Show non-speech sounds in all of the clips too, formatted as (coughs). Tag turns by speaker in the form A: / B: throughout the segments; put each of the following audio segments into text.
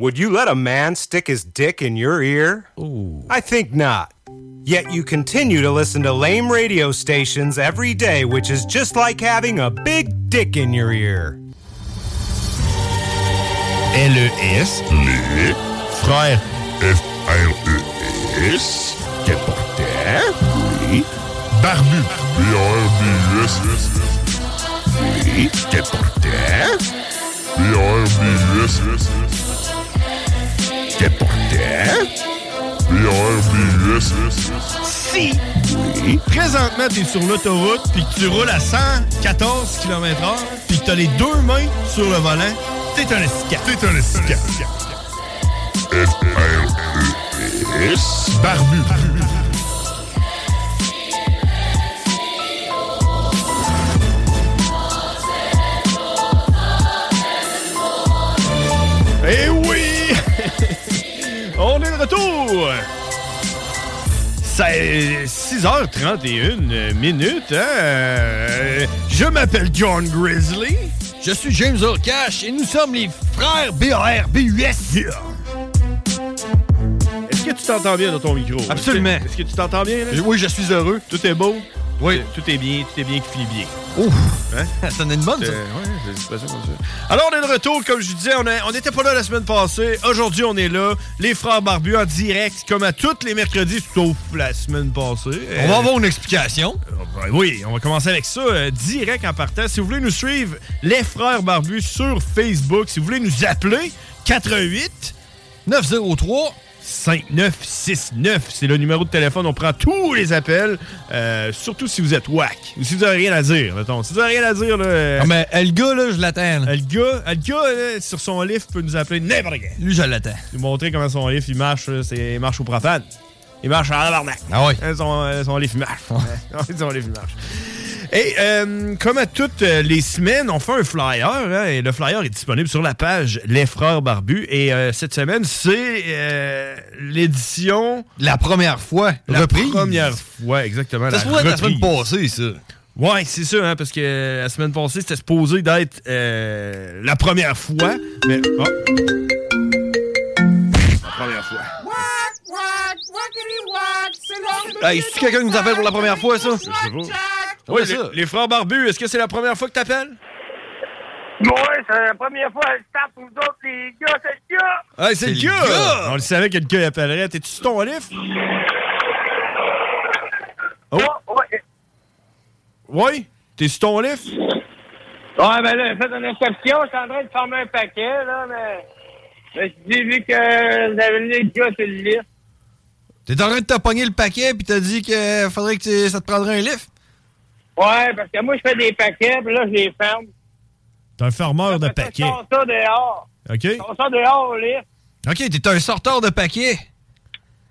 A: Would you let a man stick his dick in your ear? I think not. Yet you continue to listen to lame radio stations every day, which is just like having a big dick in your ear.
B: E L-E-S. Les frères. F-R-E-S. Capoteur. Oui. E Barbu. B-A-R-B-U-S. Oui. Capoteur. E B-A-R-B-U-S. Capoteur. E B-A-R-B-U-S.
C: Si présentement tu es sur l'autoroute puis que tu roules à 114 km/h puis que tu as les deux mains sur le volant, t'es un escap. T'es un escap.
B: F-R-E-S. Barbu.
C: Eh oui! (laughs) On est de retour! C'est 6h31 minutes. hein? Euh, Je m'appelle John Grizzly. Je suis James Orcash et nous sommes les frères BRBUS. Est-ce que tu t'entends bien dans ton micro?
D: Absolument.
C: Est-ce que tu t'entends bien? là?
D: Oui, je suis heureux.
C: Tout est beau? Oui. Tout est bien, tout est bien qui finit bien.
D: Ouf!
C: Hein?
D: (laughs) Ça en est une bonne, ça.
C: Euh, ouais, j'ai l'expression comme ça. Alors, on est de retour, comme je vous disais, on a- on n'était pas là la semaine passée. Aujourd'hui, on est là. Les frères barbus en direct, comme à tous les mercredis, sauf la semaine passée.
D: On va avoir une explication.
C: Euh, Oui, on va commencer avec ça euh, direct en partant. Si vous voulez nous suivre, les frères barbus sur Facebook, si vous voulez nous appeler, 88 903 5969, c'est le numéro de téléphone. On prend tous les appels, euh, surtout si vous êtes whack ou si vous n'avez rien à dire, mettons. Si vous n'avez rien à dire, là, euh,
D: Non, mais euh, le gars, là, je l'attends. là.
C: le gars, le gars, là, sur son lift, peut nous appeler n'importe quand.
D: Lui, je l'attends.
C: Nous montrer comment son lift, il marche, là, c'est, il marche au profane. Il marche à l'arnaque.
D: Ah oui.
C: Son, euh, son lift, il marche. (laughs) Ouais, son lift, il marche. Et euh, comme à toutes euh, les semaines, on fait un flyer. hein, et le flyer est disponible sur la page Les Frères Barbus. Et euh, cette semaine, c'est euh, l'édition...
D: La première fois.
C: La
D: reprise.
C: première fois, exactement.
D: Ça
C: la
D: se pourrait être la semaine
C: reprise.
D: passée, ça.
C: Ouais, c'est ça, hein, parce que la semaine passée, c'était supposé d'être euh, la première fois, mais... oh. La première fois.
D: Hey, Est-ce que quelqu'un nous appelle pour la première fois, ça?
C: Je sais pas.
D: Oui,
C: Ouais, les,
D: ça.
C: les frères barbus, est-ce que c'est la première fois que t'appelles?
E: Ouais, c'est la première fois que je tape pour vous autres, les gars, c'est le gars!
C: Hey, c'est
D: le gars!
C: On le savait que le gars appellerait. T'es-tu sur ton lift?
E: Ouais, ouais.
C: Oui? Oh! T'es sur ton lift?
E: Ouais, ben là, j'ai fait une exception, je suis en train de former un paquet, là, mais. Je me suis dit, vu que vous avez les gars sur le lit.
D: T'es en train de te pogner le paquet, puis t'as dit que faudrait que tu- ça te prendrait un lift.
E: Ouais, parce que moi, je fais des paquets, puis là, je les ferme.
C: T'es un fermeur de
E: Après ça,
C: paquets.
E: Je sors ça dehors.
C: OK?
E: Je sors ça dehors au lit.
D: OK, t'es un sorteur de paquet.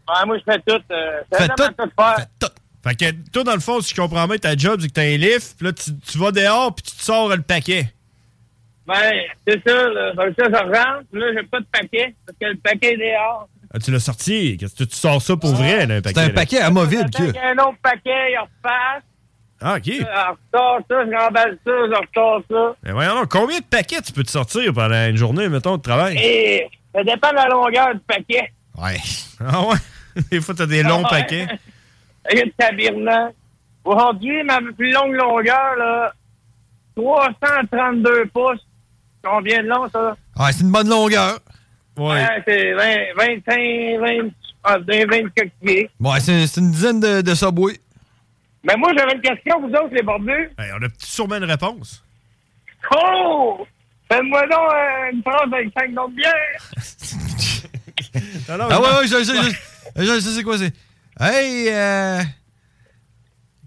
E: Ouais, moi, je fais tout. Euh, je fais
D: Fais
E: vraiment
D: tout.
E: tout faire.
D: Fait tout.
C: Fait que, toi, dans le fond, si je comprends bien, ta job, c'est que t'as un lift, puis là, tu, tu vas dehors, puis tu te sors le paquet.
E: Ben, c'est ça, là. Comme ça, je rentre, puis là, j'ai pas de paquet, parce que le paquet est dehors.
C: Ah, tu l'as sorti. Qu'est-ce que tu sors ça pour vrai, là, un paquet?
D: Ah, C'est un
C: là?
D: paquet amovible,
E: J'attends
D: que.
E: qu'il y ait un autre paquet, il repasse.
C: Ah, OK.
E: Je ressors ça, je remballe ça, je ressors ça.
C: Mais voyons donc, combien de paquets tu peux te sortir pendant une journée, mettons, de travail?
E: Et ça dépend de la longueur du paquet.
D: Ouais. (laughs)
C: Ah ouais? Des fois, t'as des longs
E: Ouais.
C: paquets.
E: Il y a du tabirnan. Aujourd'hui, ma plus longue longueur, là, 332 pouces. Combien de long, ça?
D: Ouais, c'est une bonne longueur.
C: Ouais.
E: Ouais, c'est 20, 25, 20, ah, 20, 20 quelques pieds.
D: Ouais, c'est c'est une dizaine de, de subway.
F: Mais moi, j'avais une question, vous autres, les barbus.
D: Ben, on a sûrement une réponse.
F: Oh! Faites-moi donc euh, une phrase avec cinq noms de bière.
G: Ah ouais, ouais, je, je, je- je- je sais c'est quoi c'est. Hey, euh.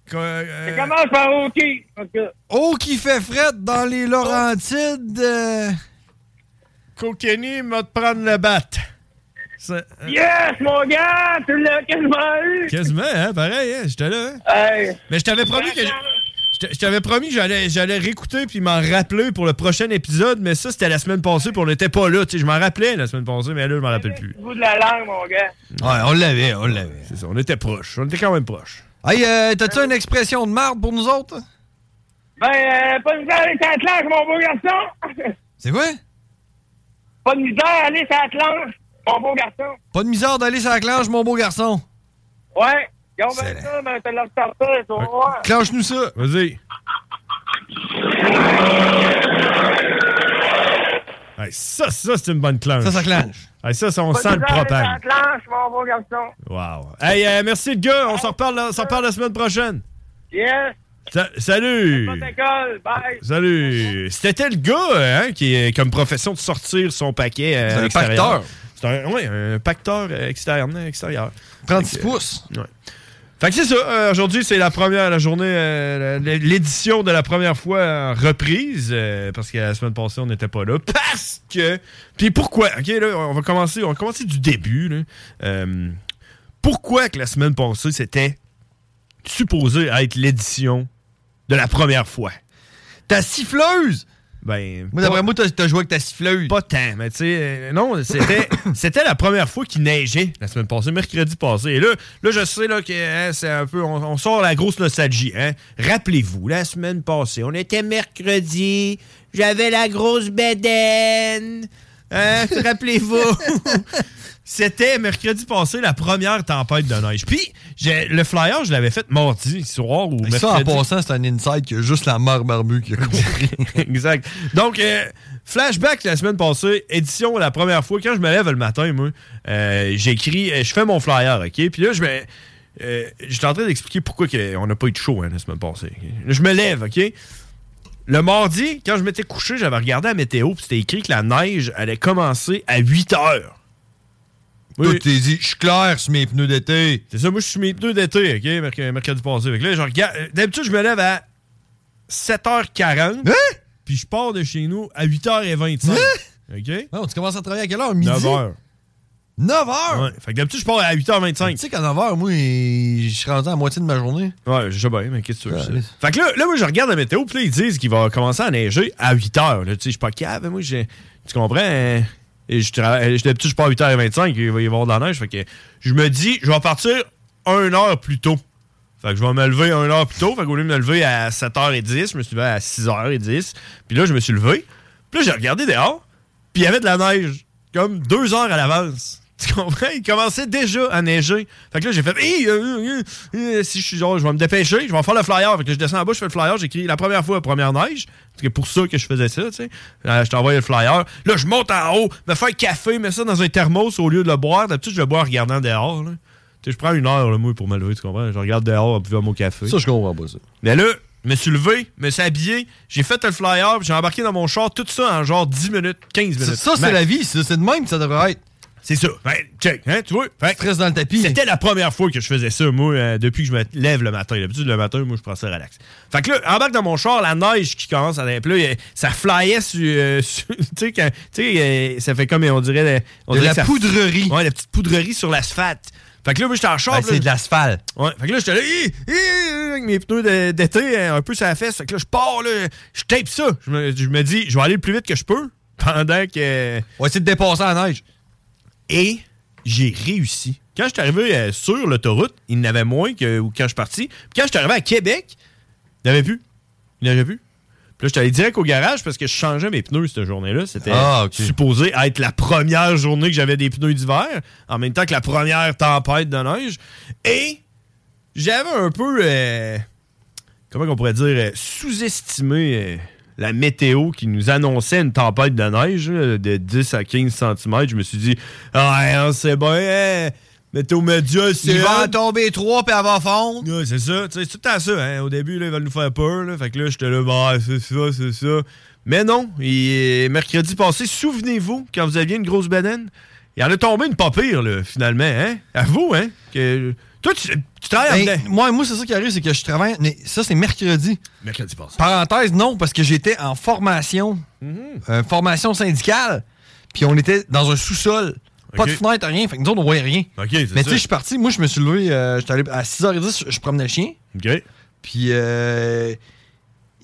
D: Qu-
F: Ça
D: euh,
F: commence par OK. En tout cas,
G: Oh, qui fait frette dans les Laurentides. euh,
D: Kokeni m'a de prendre le bat. Ça- euh,
F: Yes, mon gars! Tu l'as quasiment eu!
D: Quasiment, hein, pareil, hein, j'étais là. hein.
F: Hey!
D: Mais je t'avais promis que je je t- je t'avais promis que j'allais j'allais réécouter puis m'en rappeler pour le prochain épisode, mais ça c'était la semaine passée, puis on n'était pas là, tu sais, je m'en rappelais la semaine passée, mais là je m'en rappelle plus.
F: bout de la langue, mon gars.
G: Ouais, on l'avait, on l'avait.
D: C'est ça, on était proche, on était quand même proche.
G: Hey, euh, t'as-tu une expression de marde pour nous autres?
F: Ben, euh, pas de misère à aller sur la planche, mon beau garçon! (laughs)
G: C'est quoi?
F: pas de misère à aller sur la planche, mon beau garçon!
G: Pas de misère d'aller sur la clanche, mon beau garçon.
F: Ouais! Yo,
G: C'est
F: ben ça, ben, t'as l'air de tu vas voir.
G: Clanche-nous ça.
D: Vas-y. Hey, ça, ça, c'est une bonne clanche.
G: Ça, ça clanche.
D: Hey, ça, ça, on
F: Pas
D: sent
F: de
D: le
F: misère à aller sur
D: propane.
F: la planche, mon beau garçon!
D: Wow. Hey, euh, merci le gars. On s'en reparle, la- on s'en reparle la semaine prochaine.
F: Yes!
D: Sa- salut.
F: Pas d'école, bye!
D: Salut. C'était le gars hein, qui est comme profession de sortir son paquet euh,
G: C'est un
D: extérieur.
G: pacteur.
D: C'est un, ouais, un pacteur euh, externe- extérieur. euh,
G: 36 pouces.
D: Fait que c'est ça. euh, Aujourd'hui, c'est la première, la journée, euh, la- l'édition de la première fois en reprise. euh, parce que la semaine passée, on n'était pas là. Parce que. Puis pourquoi? OK, là, on va commencer, on va commencer du début. là. Euh, pourquoi que la semaine passée, c'était supposé être l'édition de la première fois?
G: Ta siffleuse!
D: Ben.
G: Moi,
D: pas-
G: d'après moi, t'as t'as joué avec ta siffleuse.
D: pas tant, mais tu sais, euh,
G: (coughs)
D: non, c'était, c'était la première fois qu'il neigeait la semaine passée, mercredi passé. Et là, là je sais là, que hein, c'est un peu, on, on sort la grosse nostalgie. Hein. Rappelez-vous, la semaine passée, on était mercredi, j'avais la grosse bédaine. Hein,
G: (laughs)
D: rappelez-vous. C'était mercredi passé la première tempête de neige. Puis, j'ai, le flyer, je l'avais fait mardi soir ou mercredi.
G: Ça, en passant, c'est un inside qui a juste la mort barbue qui a compris.
D: (laughs) exact. Donc, euh, flashback la semaine passée, édition la première fois. Quand je me lève le matin, moi, euh, j'écris, euh, je fais mon flyer, OK? Puis là, je me. euh, J'étais en train d'expliquer pourquoi que- on n'a pas eu de show hein, la semaine passée. ok? Là, Je me lève, OK? Le mardi, quand je m'étais couché, j'avais regardé la météo, puis c'était écrit que la neige allait commencer à 8 heures. Oui.
G: Toi, t'es dit, je suis clair sur mes pneus d'été.
D: C'est ça, moi je suis mes pneus d'été, OK, merc- euh, mercredi passé. Fait que là, je regarde. euh, D'habitude, je me lève à 7h40.
G: Hein?
D: Puis je pars de chez nous à 8h25. OK?
G: Non, Hein? Ah, tu commences à travailler à quelle heure? Midi?
D: 9h.
G: 9 heures?
D: Ouais. Fait que d'habitude, je pars à
G: Tu
D: 8h25.
G: sais qu'à 9 heures, moi, je suis rendu à la moitié de ma journée.
D: Ouais, je sais bien, mais qu'est-ce que tu veux?
G: Ouais,
D: ça?
G: allez.
D: Fait que là, là, moi, je regarde la météo, puis là, ils disent qu'il va commencer à neiger à 8h. Là, tu sais, je suis pas cave, moi, j'ai- tu comprends? hein? Et je travaille, je- d'habitude, je pars à 8h25, il va y avoir de la neige. Fait que je me dis, je vais partir 1 heure plus tôt. Fait que je vais me lever une heure plus tôt. Fait qu'au lieu de me lever à 7h10, je me suis levé à 6h10. Puis là, je me suis levé. Puis là, j'ai regardé dehors. Puis il y avait de la neige. Comme deux heures à l'avance. (laughs) Tu comprends? Il commençait déjà à neiger. Fait que là, j'ai fait. Hey, euh, euh, euh, si je suis genre, je vais me dépêcher, je vais en faire le flyer. Fait que je descends en bas, je fais le flyer. J'écris la première fois, première neige. Parce que pour ça que je faisais ça, tu sais. Euh, je t'envoie le flyer. Là, je monte en haut, me fais un café, mets ça dans un thermos au lieu de le boire. D'habitude, je le bois en regardant dehors. là. Tu sais, je prends une heure, là, moi, pour me lever, tu comprends? Je regarde dehors, puis je vais à mon café.
G: Ça, je comprends pas ça.
D: Mais là, je me suis levé, je me suis habillé, j'ai fait le flyer, puis j'ai embarqué dans mon char, tout ça en genre 10 minutes, 15 minutes.
G: Ça, ça, c'est
D: Max.
G: la vie, ça. C'est de même que ça devrait être.
D: C'est ça. Ouais, check, hein, tu vois? Fait que-
G: Tu restes dans le tapis.
D: c'était la première fois que je faisais ça, moi, euh, depuis que je me lève le matin. D'habitude, le matin, moi, je prends ça relax. Fait que là, embarque dans mon char, la neige qui commence à. Puis là, il y a- ça flyait sur. euh, (laughs) sur- tu sais, quand- tu sais, euh, ça fait comme, on dirait. la- On
G: De la
D: dirait que ça-
G: poudrerie.
D: Ouais, la petite poudrerie sur l'asphalte. Fait que là, moi, j'étais en char.
G: Ben,
D: puis là,
G: c'est de l'asphalte.
D: Ouais, fait que là, j'étais là, hi, hi, hi, avec mes pneus de- d'été hein, un peu sur la fesse. Fait que là, je pars, là, je tape ça. Je me, je me dis, je vais aller le plus vite que je peux pendant que.
G: On va essayer de dépasser la neige.
D: Et j'ai réussi. Quand je suis arrivé euh, sur l'autoroute, il n'avait moins que ou quand je suis parti. Puis quand je suis arrivé à Québec, il n'avait plus. Il n'avait plus. Puis là, je suis allé direct au garage parce que je changeais mes pneus cette journée-là. C'était
G: Ah, ok.
D: supposé être la première journée que j'avais des pneus d'hiver, en même temps que la première tempête de neige. Et j'avais un peu, euh, comment on pourrait dire, euh, sous-estimé euh, la météo qui nous annonçait une tempête de neige là, de 10 à 15 cm. Je me suis dit, ah, hein, c'est bien, hein, Mais aux médias, c'est.
G: Il va en tomber trois, puis elle va fondre.
D: Ouais, c'est ça. Tu sais, C'est tout le temps ça. Hein. Au début, là, ils veulent nous faire peur. Là. Fait que là, j'étais là, bah, c'est ça, c'est ça. Mais non, il- mercredi passé, souvenez-vous, quand vous aviez une grosse banane, il en a tombé une pas pire, là, finalement. Hein? À vous, hein? Que... Toi, tu, tu travailles en
G: Ben,
D: dedans.
G: moi, moi c'est ça qui arrive, c'est que je travaille. Mais ça, c'est mercredi.
D: Mercredi passé. Hmm.
G: Parenthèse, non, parce que j'étais en formation, euh, formation syndicale, puis on était dans un sous-sol. euh, Pas
D: Ok.
G: de fenêtre, rien. Fait que nous autres, on voyait rien.
D: Ok, c'est
G: Mais tu
D: ça.
G: sais, je suis parti. Moi, je me suis levé. euh, j'étais allé à 6h10, je- je promenais le chien.
D: Ok.
G: Puis euh,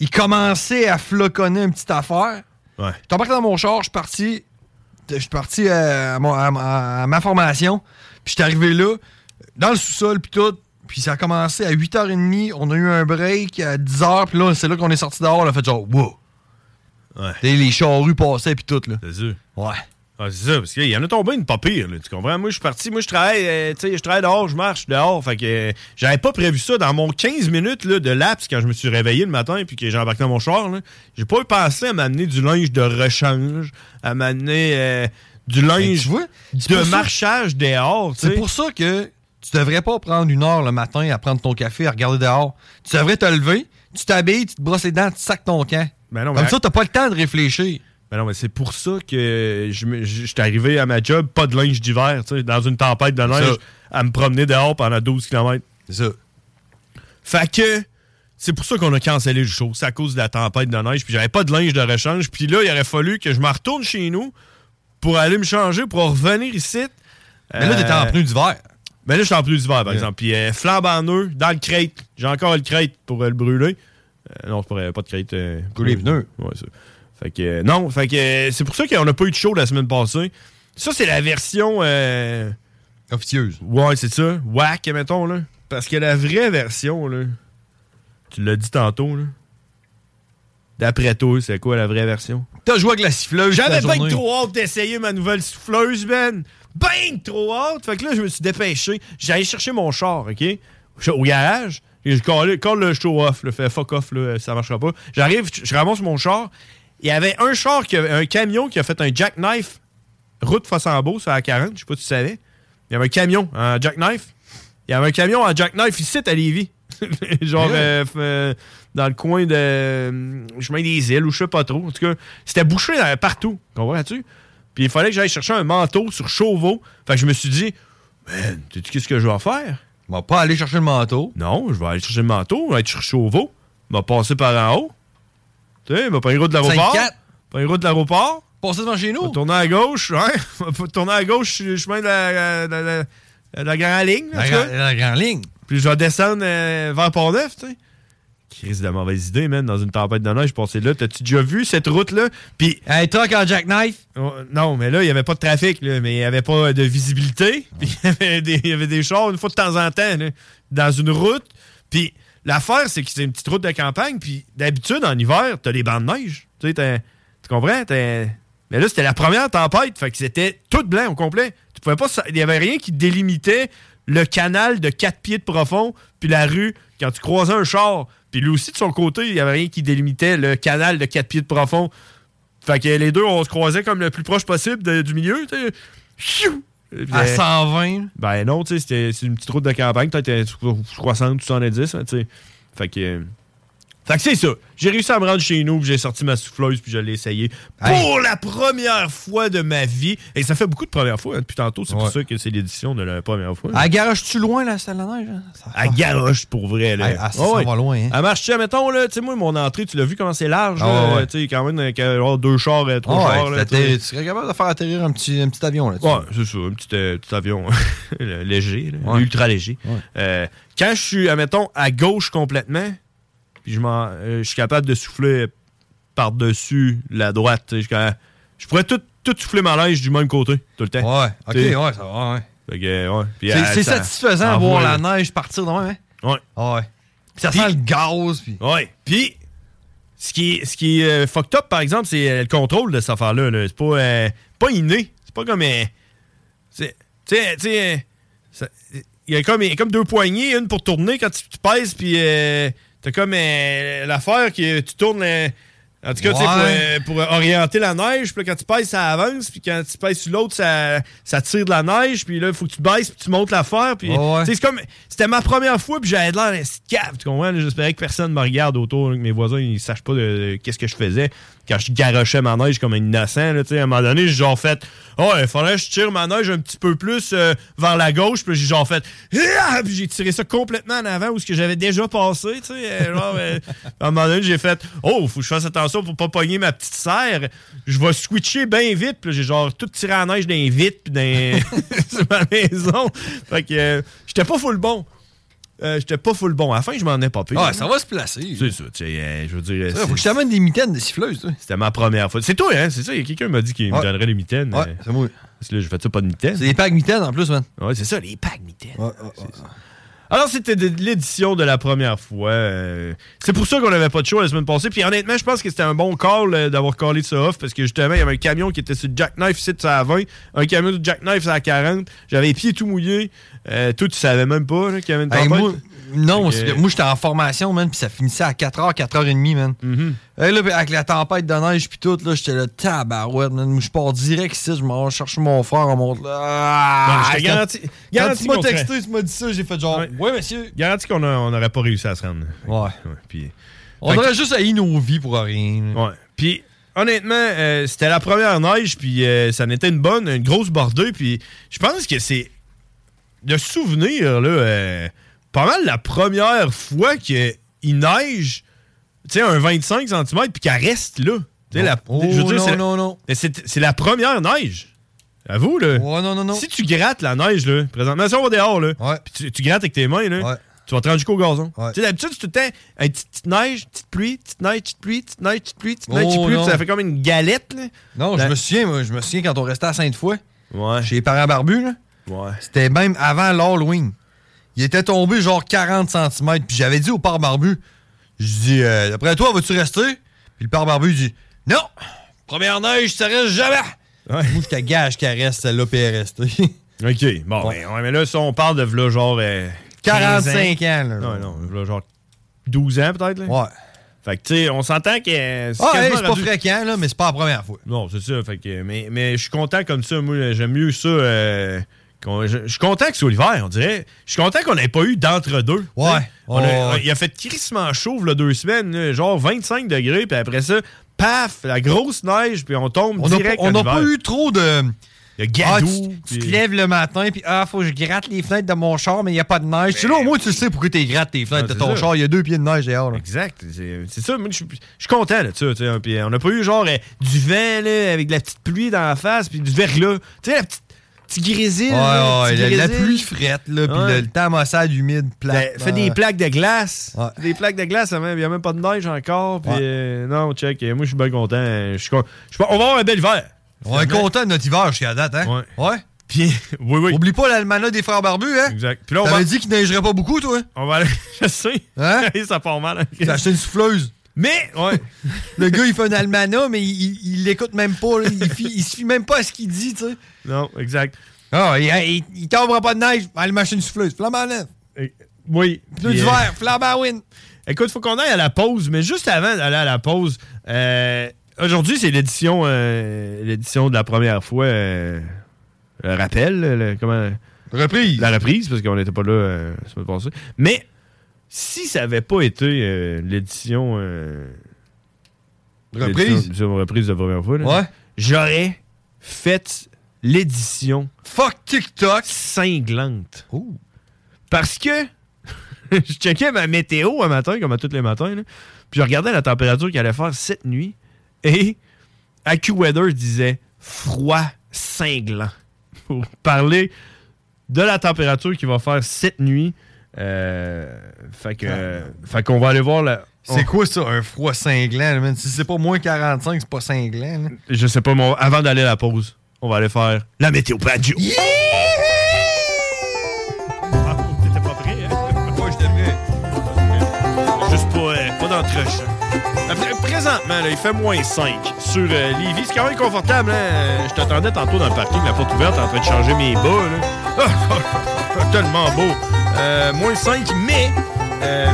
G: il commençait à floconner une petite affaire.
D: Ouais.
G: Je suis embarqué dans mon char, je suis parti. Je suis parti euh, à, mon- à ma- à ma formation. Puis je suis arrivé là, dans le sous-sol, puis tout. Puis ça a commencé à 8h30. On a eu un break à 10h. Puis là, c'est là qu'on est sorti dehors. On a fait genre, wow.
D: Ouais.
G: Et les charrues passaient, puis tout, là.
D: C'est sûr.
G: Ouais.
D: Ah, c'est ça, parce qu'il y en a tombé une pas pire, là, tu comprends? Moi, je suis parti, moi, je travaille, euh, tu sais, je travaille dehors, je marche dehors. Fait que euh, j'avais pas prévu ça dans mon 15 minutes là, de laps quand je me suis réveillé le matin puis que j'ai embarqué dans mon char. là, J'ai pas eu pensé à m'amener du linge de rechange, à m'amener euh, du linge
G: tu vois, c'est
D: de
G: pour ça-
D: marchage dehors, tu
G: C'est
D: sais.
G: pour ça que tu devrais pas prendre une heure le matin à prendre ton café, à regarder dehors. Tu devrais te lever, tu t'habilles, tu te brosses les dents, tu sacs ton camp.
D: Ben non,
G: Comme
D: mais-
G: ça, t'as pas le temps de réfléchir.
D: Ben non, mais c'est pour ça que je me- je je suis arrivé à ma job, pas de linge d'hiver, tu sais, dans une tempête de
G: ça.
D: neige, à me promener dehors pendant 12 km.
G: C'est ça.
D: Fait que c'est pour ça qu'on a cancellé le show. C'est à cause de la tempête de neige. Puis j'avais pas de linge de rechange. Puis là, il aurait fallu que je me retourne chez nous pour aller me changer, pour revenir ici. Euh,
G: Mais là, t'étais en pneus d'hiver.
D: Mais Ben là, je suis en plus d'hiver, par exemple. Puis euh, flambe en eux, dans le crête. J'ai encore le crête pour euh, le brûler. Euh, non, je pourrais pas de crête. euh,
G: Brûler les pneus.
D: Ouais, ça. Fait que, euh, non, fait que euh, c'est pour ça qu'on n'a pas eu de show la semaine passée. Ça, c'est la version. euh,
G: Officieuse.
D: Ouais, c'est ça. Whack, mettons, là. Parce que la vraie version, là. Tu l'as dit tantôt, là. D'après toi, c'est quoi la vraie version?
G: T'as joué avec la siffleuse.
D: J'avais
G: toute la
D: bien que
G: journée.
D: trop hâte d'essayer ma nouvelle souffleuse, man. Ben que trop hâte. Fait que là, je me suis dépêché. J'allais chercher mon char, OK? Je- Au garage. Et je call, call le show off, le fait fuck off, là, ça marchera pas. J'arrive, je je ramasse mon char. Il y avait un char, qui a- un camion qui a fait un jackknife route Fossambeau sur la 40. Je sais pas si tu savais. Il y avait un camion en jackknife. Il y avait un camion en jackknife ici à Lévis. (laughs) Genre
G: Ouais.
D: euh, f- euh, dans le coin de euh, chemin des îles ou je sais pas trop. En tout cas, c'était bouché dans- partout. Comprends-tu? Puis il fallait que j'aille chercher un manteau sur Chauveau. Fait que je me suis dit, man, tu qu'est-ce que je vais en faire?
G: On va pas aller chercher le manteau.
D: Non, je vais aller chercher le manteau, je vais aller chercher Chauveau. M'a passé par en haut. Tu sais, m'a pas une route de l'aéroport.
G: 5-4.
D: Pas une route de l'aéroport.
G: Passer devant chez nous.
D: Faut tourner à gauche, hein? (laughs) Faut tourner à gauche sur le chemin de la, de la- de la- de la grande ligne, en
G: La,
D: tout cas.
G: gra- la grande ligne.
D: Puis je vais descendre euh, vers Pont-Neuf, tu sais. Crise de mauvaise idée, man, dans une tempête de neige, passer là. T'as-tu déjà vu cette route-là? Puis,
G: Un truck en jackknife.
D: oh, non, mais là, il n'y avait pas de trafic, là, mais il n'y avait pas euh, de visibilité. Puis, il y avait des- il y avait des chars une fois de temps en temps, là, dans une route. Puis, l'affaire, c'est que c'est une petite route de campagne. Puis, d'habitude, en hiver, t'as des bancs de neige. Tu sais, t'as- tu comprends? T'as- Mais là, c'était la première tempête, fait que c'était tout blanc au complet. Tu pouvais pas. sa- Il n'y avait rien qui délimitait le canal de 4 pieds de profond, puis la rue, quand tu croisais un char. Puis lui aussi, de son côté, il n'y avait rien qui délimitait le canal de 4 pieds de profond. Fait que les deux, on se croisait comme le plus proche possible de- du milieu, tu sais. Chiou! Et puis,
G: À
D: euh,
G: 120. là.
D: ben non, tu sais, c'était- c'est une petite route de campagne, peut-être euh, 60, 70, hein, tu sais. Fait que. euh, Fait que c'est ça. J'ai réussi à me rendre chez nous, puis j'ai sorti ma souffleuse, puis je l'ai essayé
G: Hey.
D: pour la première fois de ma vie. Et ça fait beaucoup de premières fois hein, depuis tantôt, c'est pour
G: Ouais.
D: ça que c'est l'édition de la première fois.
G: Elle garage-tu loin, la salle de neige? hein? Ça-
D: À garoche pour vrai, là.
G: Hey, ah, ça, ça va loin, hein.
D: À marcher, mettons, là, tu sais, moi, mon entrée, tu l'as vu comment c'est large,
G: Ah,
D: là,
G: ouais.
D: tu sais, quand même, euh, qu'il y a, oh, deux chars, euh,
G: Ah
D: trois
G: ouais,
D: chars, là, tu sais.
G: t'atterris- tu serais capable de faire atterrir un petit, un petit avion là-dessus.
D: Ouais, c'est ça, un petit, euh, petit avion (laughs) le- léger, là,
G: Ouais.
D: ultra léger.
G: Ouais.
D: Euh, quand je suis, admettons, à gauche complètement, puis je, m'en- euh, je suis capable de souffler par-dessus la droite, tu sais, jusqu'à- je pourrais tout, tout souffler ma linge du même côté, tout le temps.
G: Ouais, ok,
D: T'sais.
G: ouais, ça va, ouais.
D: Fait que, ouais. Puis,
G: C'est
D: euh,
G: c'est
D: ça-
G: satisfaisant
D: ça
G: de voir
D: envoie,
G: la neige partir de même, hein?
D: là. Ouais.
G: Ah Ouais. Puis ça sent le gaz, puis...
D: Ouais. Puis, ce qui, ce qui est euh, fucked up, par exemple, c'est euh, le contrôle de cette affaire-là. là. C'est pas, euh, pas inné. C'est pas comme. euh, c'est- tu sais, tu sais, euh, ça- il y a comme, il y a comme deux poignées, une pour tourner quand tu, tu pèses, puis euh, t'as comme euh, l'affaire que tu tournes. euh, En tout cas, tu sais,
G: Ouais.
D: pour, euh, pour orienter la neige, puis là, quand tu pèses, ça avance, puis quand tu pèses sur l'autre, ça, ça tire de la neige, puis là, il faut que tu baisses, puis tu montes l'affaire, puis...
G: Ouais, ouais.
D: tu sais, c'est comme... C'était ma première fois, puis j'avais de l'air d'un cave, tu comprends? là? J'espérais que personne me regarde autour, là, que mes voisins, ils sachent pas de, de- qu'est-ce que je faisais quand je garochais ma neige comme un innocent, là, tu sais. À un moment donné, j'ai genre fait... Oh, il faudrait que je tire ma neige un petit peu plus euh, vers la gauche, puis j'ai genre fait... Ah! Puis j'ai tiré ça complètement en avant, où ce que j'avais déjà passé, tu sais. euh, genre,
G: (laughs)
D: euh, à un moment donné, j'ai fait Oh, faut que je fasse attention pour pas pogner ma petite serre. Je vais switcher bien vite. Puis là, j'ai genre tout tiré en neige d'un vite
G: (laughs)
D: puis d'un. (laughs) sur ma maison. Fait que euh, j'étais pas full bon. Euh, j'étais pas full bon. À la fin, je m'en ai pas pire.
G: Ah, ça va se placer.
D: C'est ça, tu sais, euh, je veux dire.
G: Ça, faut que je
D: c'est-
G: t'amène des mitaines de siffleuses. toi.
D: C'était ma première fois. C'est toi, hein? C'est ça, il y a quelqu'un qui m'a dit qu'il me
G: Ouais.
D: donnerait les mitaines. euh,
G: Ouais, c'est moi.
D: parce que là, j'ai fait ça pas de mitaines.
G: C'est des packs mitaines en plus, man.
D: Ouais, c'est ça, les packs mitaines.
G: Ouais, ouais, ouais.
D: Alors, c'était de- de l'édition de la première fois. Euh, c'est pour ça qu'on n'avait pas de show la semaine passée. Puis honnêtement, je pense que c'était un bon call euh, d'avoir callé ça off parce que justement, il y avait un camion qui était sur le Jackknife ici, ça à 20, un camion de Jackknife ça à 40. J'avais les pieds tout mouillés. Euh, toi, tu savais même pas là, qu'il y avait une
G: Hey,
D: tempête.
G: moi, non,
D: Ok.
G: c'est que moi j'étais en formation, man, puis ça finissait à 4h, 4h30, man.
D: Mm-hmm.
G: Hey, là, puis avec la tempête de neige, puis tout, là, j'étais là, tabarouette, man. Moi, Je pars direct ici, je m'en vais chercher mon frère, on monte là.
D: Ah,
G: Ah,
D: je te
G: quand-
D: garantis,
G: quand
D: garantis
G: tu m'as
D: qu'on serait-
G: texté, tu m'as dit ça, j'ai fait genre,
D: Ouais.
G: ouais, monsieur.
D: garantis qu'on a- on n'aurait pas réussi à se rendre.
G: Ouais.
D: Ouais, puis,
G: On aurait juste haï nos vies pour rien.
D: ouais. Puis, honnêtement, euh, c'était la première neige, puis euh, ça en était une bonne, une grosse bordée. Puis je pense que c'est de souvenir, là, euh, pas mal la première fois qu'il neige, tu sais, un 25 cm, puis qu'elle reste là. Tu sais, la,
G: Oh,
D: je veux dire,
G: non,
D: c'est la-
G: non, non.
D: mais c'est c'est la première neige. Avoue, là.
G: Ouais, Oh, non, non, non.
D: Si tu grattes la neige, là, présentement, si on va dehors, là,
G: Ouais.
D: puis tu, tu grattes avec tes mains, là,
G: Ouais.
D: tu vas te rendre jusqu'au gazon.
G: Ouais.
D: Tu sais, d'habitude, c'est tout le temps, une petite, petite neige, petite pluie, petite neige, petite pluie, petite neige, petite pluie, petite neige,
G: Oh,
D: petite pluie,
G: non.
D: puis ça fait comme une galette, là.
G: Non,
D: La-
G: je me souviens, moi, je me souviens quand on restait à Sainte-Foy,
D: Ouais.
G: chez les parents barbus, là.
D: Ouais.
G: C'était même avant l'Halloween. Il était tombé genre 40 cm. Puis j'avais dit au père barbu, je dis, euh, après toi, vas-tu rester? Puis le père barbu, il dit, non! Première neige, ça reste jamais!
D: Ouais.
G: Moi, je te gage qu'elle reste, celle-là, puis elle est
D: (laughs)
G: restée.
D: OK. Bon, ben, ouais, mais là, ça, on parle de v'là, genre. euh,
G: 45 ans, là.
D: Non, non, v'là, genre 12 ans, peut-être, là.
G: Ouais.
D: Fait que, tu sais, on s'entend que. euh, c'est
G: Ah, hey,
D: quasiment
G: c'est pas
D: rendu-
G: fréquent, là, mais c'est pas la première fois.
D: Non, c'est ça. Fait que, mais mais je suis content comme ça. Moi, j'aime mieux ça. euh, qu'on- je, je suis content que ce soit l'hiver, on dirait. Je suis content qu'on n'ait pas eu d'entre-deux.
G: Ouais.
D: Tu sais. On a-
G: Ouais.
D: Il a fait crissement chaud, là, deux semaines, là, genre 25 degrés, puis après ça, paf, la grosse neige, puis on tombe
G: On n'a pas,
D: direct
G: on
D: en
G: n'a
D: hiver.
G: pas eu trop de.
D: Il y a
G: Ah,
D: gadou.
G: tu, tu te
D: puis-
G: lèves le matin, puis ah, faut que je gratte les fenêtres de mon char, mais il n'y a pas de neige. Tu sais, là, au moins, tu sais pourquoi tu grattes tes fenêtres de
D: Ah, Ben c'est
G: ton
D: ça.
G: char. Il y a deux pieds de neige dehors, là.
D: Exact. C'est c'est ça. Moi, je suis je suis content de ça. tu sais, hein. Puis, euh, on n'a pas eu genre euh, du vent là, avec de la petite pluie dans la face, puis du verglas. Tu sais, la petite, petite grésil.
G: Ouais,
D: là,
G: ouais,
D: petit
G: la, la
D: grésil.
G: pluie frette, là, puis
D: Ouais.
G: le, le temps maussade humide, plat.
D: Ben, fait des plaques de glace.
G: Ouais.
D: Des plaques de glace, il n'y a même pas de neige encore. Puis,
G: Ouais.
D: euh, non, check. euh, Moi, je suis bien content. Je suis con- je suis pas- On va avoir un bel hiver.
G: On est
D: Finalement.
G: content de notre hiver jusqu'à date, hein?
D: Ouais.
G: (laughs)
D: Puis, (laughs) oui, oui.
G: Oublie pas l'almanach des frères barbus, hein?
D: Exact. Puis là, on va,
G: T'avais dit qu'il neigerait pas beaucoup, (laughs) toi?
D: on va aller. (laughs) Je sais.
G: Hein?
D: (laughs) ça part mal. hein.
G: T'as acheté une souffleuse.
D: Mais, ouais.
G: Le gars, il fait un almanach, mais il- il il l'écoute même pas. là. Il, fi- il se fie même pas à ce qu'il dit, tu sais.
D: non, exact.
G: Ah, il, il, il tombera pas de neige. Allez, m'acheter une souffleuse. Flamme en neuf.
D: Euh, Oui.
G: Pneu
D: Puis, euh,
G: d'hiver. Flamme en wind.
D: Écoute, faut qu'on aille à la pause, mais juste avant d'aller à la pause, euh, aujourd'hui, c'est l'édition euh, l'édition de la première fois. euh, le rappel, le- comment.
G: Reprise.
D: la reprise, parce qu'on n'était pas là euh, la semaine passée. Mais si ça n'avait pas été euh, l'édition. euh,
G: Reprise.
D: l'édition- l'édition reprise de la première fois, là,
G: Ouais.
D: j'aurais fait l'édition
G: Fuck TikTok.
D: cinglante. Parce que (laughs) je checkais ma météo un matin, comme à tous les matins, là, puis je regardais la température qu'il allait faire cette nuit, et AccuWeather disait froid cinglant pour parler de la température qu'il va faire cette nuit. Euh, fait que,
G: Ah.
D: fait qu'on va aller voir la.
G: C'est quoi ça, un froid cinglant? là, man? Si c'est pas moins 45, c'est pas cinglant. là.
D: Je sais pas, mon, avant d'aller à la pause, on va aller faire la météo radio. Ah, T'étais pas prêt, hein? (laughs) Moi, j'étais prêt. Juste pas, euh, pas d'entre-champ. Euh, pr- Présentement, là, il fait moins 5 sur euh, Lévis. C'est quand même confortable. Hein? Euh, Je t'attendais tantôt dans le parking, la porte ouverte, en train de changer mes bas. (laughs) Là. Ah, tellement beau. Euh, moins 5, mais... euh,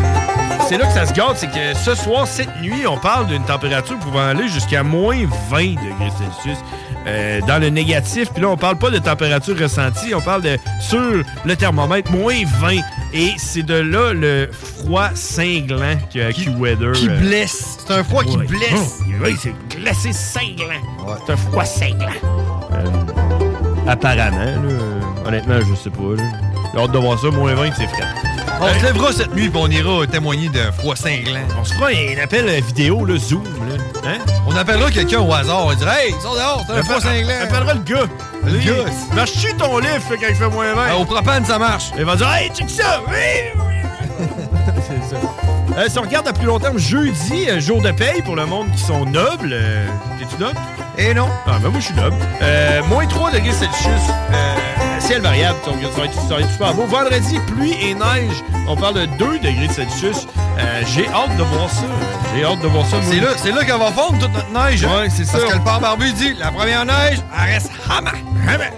D: C'est là que ça se garde, c'est que ce soir, cette nuit, on parle d'une température pouvant aller jusqu'à moins 20 degrés Celsius euh, dans le négatif. Puis là, on parle pas de température ressentie, on parle de sur le thermomètre, moins 20. Et c'est de là le froid cinglant que AccuWeather.
G: Qui
D: euh,
G: blesse. C'est un froid qui
D: ouais.
G: blesse.
D: Oh, oui, c'est glacé cinglant. C'est un froid cinglant. apparemment, là, euh, honnêtement, je sais pas. là. J'ai hâte de voir ça, moins 20, c'est frais.
G: On se lèvera cette nuit puis on ira témoigner d'un froid cinglant.
D: On se fera un appel euh, vidéo, le Zoom. Là. Hein?
G: On appellera quelqu'un au hasard. On dira Hey, ils sont dehors, c'est un froid cinglant.
D: On appellera le gars.
G: Le
D: Lui,
G: gars.
D: Va chier ton livre fait, quand il fait moins 20.
G: Ah, Au propane, ça marche.
D: Il va dire Hey,
G: (laughs)
D: check ça! Oui, oui, oui. C'est ça. Euh, si on regarde à plus long terme, jeudi, euh, jour de paye pour le monde qui sont nobles. euh, T'es-tu noble?
G: Et Eh non.
D: Ah, ben moi, je suis noble. Euh, moins 3 degrés Celsius, euh, ciel variable, donc ça va, être, ça va être super beau. Vendredi, pluie et neige, on parle de 2 degrés Celsius. Euh, J'ai hâte de voir ça. J'ai hâte de voir ça. moi.
G: C'est là, c'est là qu'on va fondre toute notre neige. hein?
D: Ouais, c'est ça.
G: Parce que le père barbu dit la première neige, elle reste hammer.
D: Vraiment.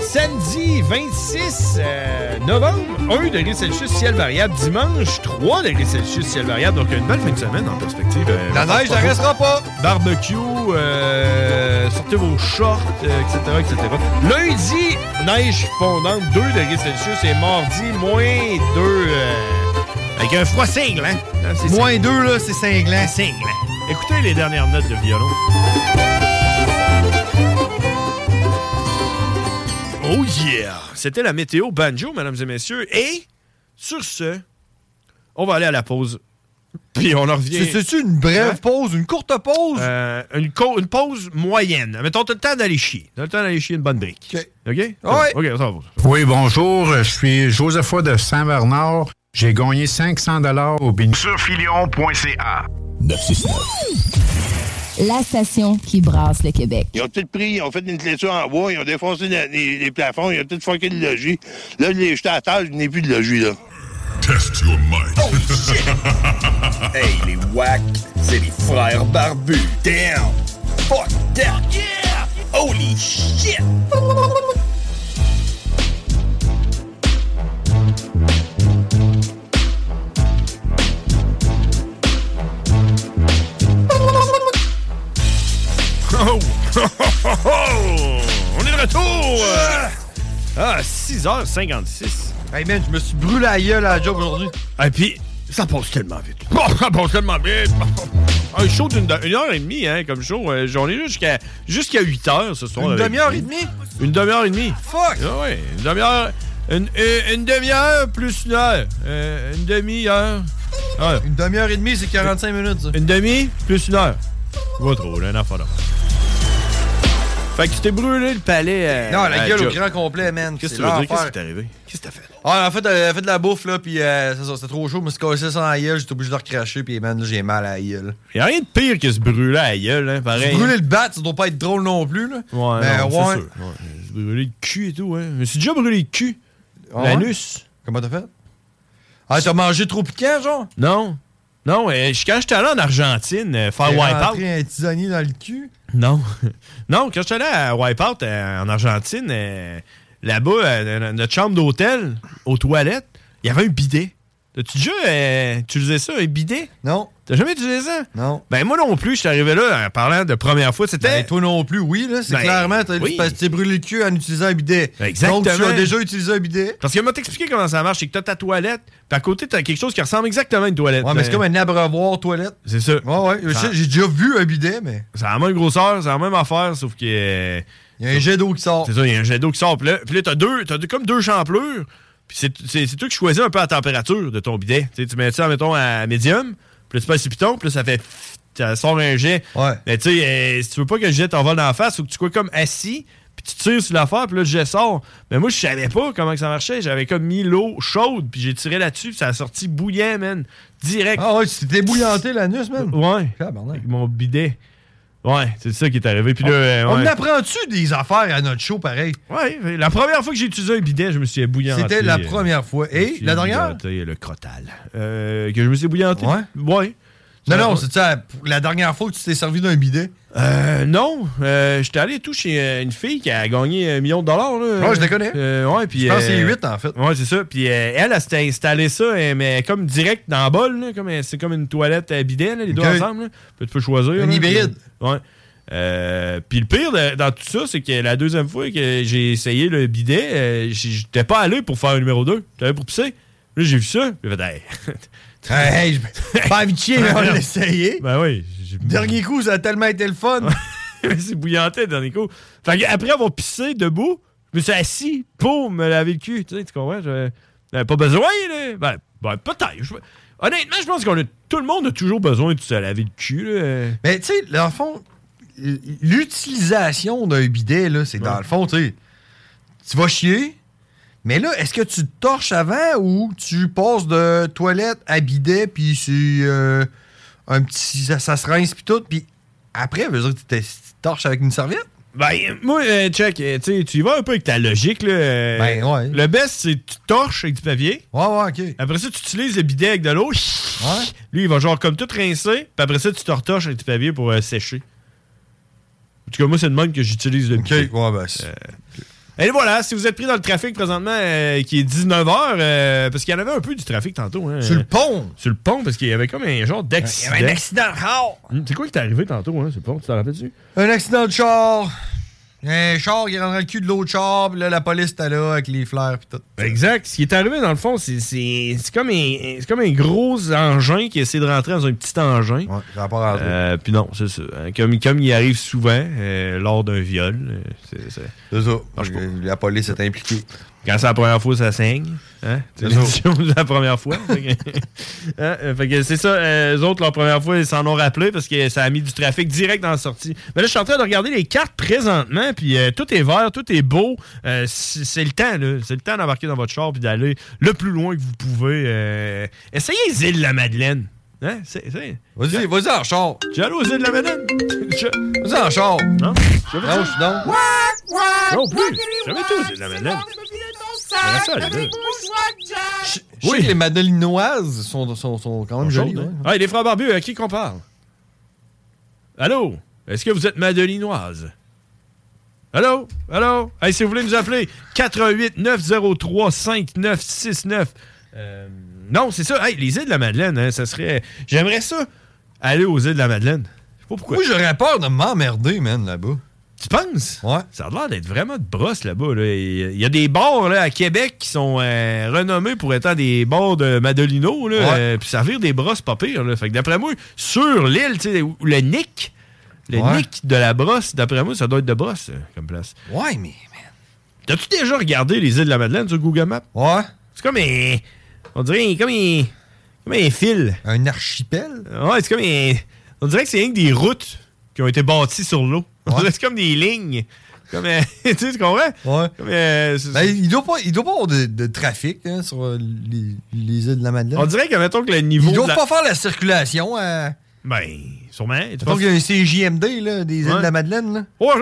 D: Samedi 26 euh, novembre, 1 degré Celsius, ciel variable. Dimanche, 3 degrés Celsius, ciel variable. Donc, une belle fin de semaine en perspective. Euh,
G: La neige, elle restera pas.
D: barbecue, euh, sortez vos shorts, euh, etc., etc. Lundi, neige fondante, 2 degrés Celsius, et mardi, moins 2... euh, avec un froid cinglant. hein. C'est
G: Moins deux, là, c'est cinglant.
D: cinglant. Écoutez les dernières notes de violon. Oh yeah! C'était la météo banjo, mesdames et messieurs. Et sur ce, on va aller à la pause. Puis on en revient.
G: C'est-tu une brève
D: Ouais.
G: pause, une courte pause?
D: Euh, une, co- une pause moyenne. Mettons, t'as le temps d'aller chier. T'as le temps d'aller chier une bonne brique.
G: OK. Ah
D: OK?
G: Ouais.
D: OK, ça va.
H: Oui, bonjour, je suis Josepha de Saint-Bernard. J'ai gagné 500 dollars au bingo.
I: La station qui brasse le Québec.
F: Ils ont tout pris, ils ont fait une clôture en bois, ils ont défoncé la- les, les plafonds, ils ont tout fucké le logis. Là, je l'ai jeté à terre, je n'ai plus de logis, là. Oh,
B: Test your mind. (laughs)
J: Hey, les wack, c'est les frères barbus. Damn! Fuck that! Yeah! Holy shit!
D: Oh! (laughs) On est de retour! Ah, 6h56.
G: Hey man, je me suis brûlé la gueule à la job aujourd'hui.
D: Et puis, ça passe tellement vite. (laughs) ça passe tellement vite! (laughs) Un show d'une de- une heure et demie, hein, comme show. Euh, J'en ai jusqu'à jusqu'à 8 heures ce soir.
G: Une
D: avec
G: demi-heure
D: vous.
G: et demie?
D: Une demi-heure et demie.
G: Fuck!
D: Ah ouais, une demi-heure. Une, euh, une- une demi-heure plus une heure. Euh, une demi-heure. Ah,
G: Une demi-heure et demie, c'est 45 minutes, ça.
D: Une demi plus une heure. Pas trop, là, un enfant là. Fait que tu t'es brûlé le palais. euh,
G: Non, la
D: à
G: gueule au
D: Job.
G: grand complet, man.
D: Qu'est-ce
G: C'est
D: que tu veux dire?
G: l'enfer.
D: Qu'est-ce qui t'est arrivé? Qu'est-ce que t'as fait?
G: Ah, en fait, elle a fait de la bouffe, là, puis euh, c'est ça, c'était trop chaud. Je me suis cassé ça dans la gueule, j'étais obligé de le recracher, puis man, là, j'ai mal à la gueule.
D: Y'a rien de pire que se brûler à la gueule, hein, pareil.
G: Brûler le bat, ça doit pas être drôle non plus, là.
D: Ouais,
G: Mais
D: non,
G: ouais.
D: c'est sûr. Ouais, se brûler le cul et tout, hein. Je me suis déjà brûlé le cul.
G: Ah ouais?
D: L'anus.
G: Comment t'as fait? Ah, t'as mangé trop piquant, genre?
D: Non. Non, euh, je- quand j'étais allé en Argentine euh, faire
G: T'es
D: Wipeout.
G: rentré un tisonnier dans le cul?
D: Non. (laughs) Non, quand j'étais allé à Wipeout euh, en Argentine, euh, là-bas, euh, dans notre chambre d'hôtel, aux toilettes, il y avait un bidet. T'as-tu déjà euh, utilisé ça, un bidet?
G: Non,
D: T'as jamais utilisé ça?
G: non.
D: Ben moi non plus, je suis arrivé là en parlant de première fois, c'était...
G: Ben, toi non plus, oui, là. C'est
D: Ben,
G: clairement, t'as
D: oui.
G: parce que t'es brûlé le cul en utilisant un bidet.
D: Exactement.
G: Donc, tu as déjà utilisé un bidet.
D: Parce que m'a t'expliqué comment ça marche, c'est que t'as ta toilette, puis à côté t'as quelque chose qui ressemble exactement à une toilette. Euh,
G: Ouais, mais c'est comme un abreuvoir toilette.
D: C'est ça.
G: Ouais, ouais. je sais, J'ai déjà vu un bidet, mais
D: C'est la même grosseur, c'est la même affaire, sauf que... euh,
G: il y a un jet d'eau qui sort.
D: C'est ça, il y a un jet d'eau qui sort. Puis là, puis là, t'as deux, t'as deux- comme deux champlures. Puis c'est, c'est, c'est toi qui choisis un peu la température de ton bidet. Tu sais, tu mets ça, mettons, à médium. Puis là, tu passes le piton. Puis là, ça fait. pfff, Ça sort un jet.
G: Ouais.
D: Mais tu sais, euh, si tu veux pas que le jet t'envole dans la face, faut que tu sois comme assis. Puis tu tires sur l'affaire. Puis là, le jet sort. Mais moi, je savais pas comment que ça marchait. J'avais comme mis l'eau chaude. Puis j'ai tiré là-dessus. Puis ça a sorti bouillant, man. Direct.
G: Ah ouais, tu t'es débouillanté l'anus, man.
D: Ouais.
G: Tabarnak.
D: Avec mon bidet. Ouais, c'est ça qui est arrivé. Puis là, euh,
G: On
D: ouais.
G: apprend-tu des affaires à notre show pareil?
D: Ouais, la première fois que j'ai utilisé un bidet, je me suis ébouillanté.
G: C'était la
D: Euh,
G: première fois.
D: je me
G: Et
D: suis
G: la dernière?
D: ébouillanté, Le crotal. Euh, que je me suis ébouillanté.
G: Ouais?
D: Ouais.
G: Non, non, c'est ça. La dernière fois que tu t'es servi d'un bidet?
D: Euh, non. Euh, J'étais allé tout chez euh, une fille qui a gagné un million de dollars. Là.
G: Ouais, je la connais.
D: Euh, ouais, puis,
G: Je pense que c'est
D: euh,
G: huit, en fait.
D: Ouais, c'est ça. Puis euh, elle, elle, s'était installée ça, euh, mais comme direct dans le bol. là, comme, euh, c'est comme une toilette à bidet, là, les deux
G: Ok.
D: ensemble. là. Puis tu peux choisir.
G: Un
D: là,
G: hybride.
D: puis- ouais. Euh, puis le pire de- dans tout ça, c'est que la deuxième fois que j'ai essayé le bidet, euh, j'- j'étais pas allé pour faire le numéro 2. J'étais allé pour pisser. Là, j'ai vu ça. J'ai fait, hey. (laughs)
G: hey, (laughs) pas envie de chier, mais on l'a essayé.
D: Ben oui.
G: Dernier coup, ça a tellement été le fun.
D: (laughs) c'est bouillanté, le dernier coup. Fait que après avoir pissé debout, je me suis assis pour me laver le cul. Tu sais, tu comprends? Je- J'avais pas besoin, là. Ben, ben, peut-être. Je- Honnêtement, je pense qu'on a... Tout le monde a toujours besoin de se laver le cul, là.
G: Mais tu sais, dans le fond, l- l'utilisation d'un bidet, là, c'est dans le fond, tu sais, tu vas chier, mais là, est-ce que tu te torches avant ou tu passes de toilette à bidet, puis c'est euh, un petit. Ça, ça se rince, puis tout, puis après, veut dire que tu te tu te torches avec une serviette?
D: Ben, moi, euh, check, euh, tu sais, tu y vas un peu avec ta logique, là. Euh,
G: Ben, ouais.
D: Le best, c'est que tu torches avec du papier.
G: Ouais, ouais, OK.
D: Après ça, tu utilises le bidet avec de l'eau. Lui, il va genre comme tout rincer. Puis après ça, tu te retouches avec du papier pour euh, sécher. En tout cas, moi, c'est le même que j'utilise le bidet.
G: ouais, ben,
D: Et voilà, si vous êtes pris dans le trafic présentement, euh, qui est 19h, euh, parce qu'il y en avait un peu du trafic tantôt. Hein,
G: Sur le pont!
D: Sur le pont, parce qu'il y avait comme un genre
G: Il y
D: d'accident.
G: avait un accident rare!
D: Hum, C'est quoi qui t'est arrivé tantôt, hein, sur le pont? Tu t'en rappelles-tu?
G: Un accident de char! Un char qui rentre dans le cul de l'autre char, puis là, la police était là avec les fleurs, puis tout.
D: Exact. Ce qui est arrivé, dans le fond, c'est- c'est c'est comme, un- c'est comme un gros engin qui essaie de rentrer dans un petit engin. Euh, Puis non, c'est ça. hein, Comme, comme il arrive souvent euh, lors d'un viol. euh, c'est- C'est
G: C'est ça. Euh, La police est impliquée.
D: Quand c'est la première fois, ça saigne. Hein? C'est
G: C'est ça.
D: l'édition de (laughs) la première fois. Fait que- Hein? Euh, fait que c'est ça. euh, eux autres, leur première fois, ils s'en ont rappelé parce que ça a mis du trafic direct dans la sortie. Mais là, je suis en train de regarder les cartes présentement. Puis euh, tout est vert, tout est beau. Euh, c'est c'est le temps, là. C'est le temps d'embarquer dans votre char puis d'aller le plus loin que vous pouvez. euh, Essayez les îles de la Madeleine. Hein? C'est- c'est-
G: Vas-y, vas-y en char.
D: Tu es allé aux îles de la Madeleine? (laughs) Je-
G: Vas-y en char. Non,
D: Non?
G: je suis non.
D: Non plus. J'avais tout aux îles de la Madeleine. J'aimerais ça, aller là.
G: Je sais que les madelinoises sont, sont, sont quand même jolies.
D: Chaude, hein?
G: ouais.
D: Ah, et les frères barbus, à qui qu'on parle? Allô? Est-ce que vous êtes madelinoise? Allô? Allô? Hey, si vous voulez nous appeler, 88 903 5969. Euh, non, c'est ça. Hey, les îles de la Madeleine, hein, ça serait. J'aimerais ça aller aux îles de la Madeleine. Je sais pas pourquoi.
G: Oui, j'aurais peur de m'emmerder, man, là-bas.
D: Tu penses?
G: Ouais.
D: Ça a l'air d'être vraiment de brosse là-bas. là. Il y a des bars là, à Québec qui sont euh, renommés pour étant des bars de Madolino, là,
G: Ouais.
D: euh, puis servir des brosses pas pire. là. Fait que d'après moi, sur l'île, tu sais, où le nick, le
G: Ouais.
D: nick de la brosse, d'après moi, ça doit être de brosse euh, comme place.
G: Ouais, mais.
D: T'as-tu déjà regardé les îles de la Madeleine sur Google Maps?
G: Ouais.
D: C'est comme un. On dirait un- comme un. Comme un fil.
G: Un archipel?
D: Ouais, c'est comme un- On dirait que c'est rien que des routes qui ont été bâties sur l'eau. On dirait que c'est comme des lignes. Comme. euh, (laughs) tu sais, tu comprends?
G: Ouais.
D: Comme, euh, c'est-
G: Ben, il doit pas, il doit pas avoir de, de trafic hein, sur euh, les, les îles de la Madeleine.
D: On dirait que, mettons, que le
G: Ils
D: niveau.
G: doivent
D: de la-
G: pas faire la circulation. Hein.
D: Ben, sûrement. Tu
G: Mettons
D: penses-
G: qu'il y a un CJMD là, des îles
D: Ouais. (laughs)
G: de la Madeleine. Là.
D: Oh,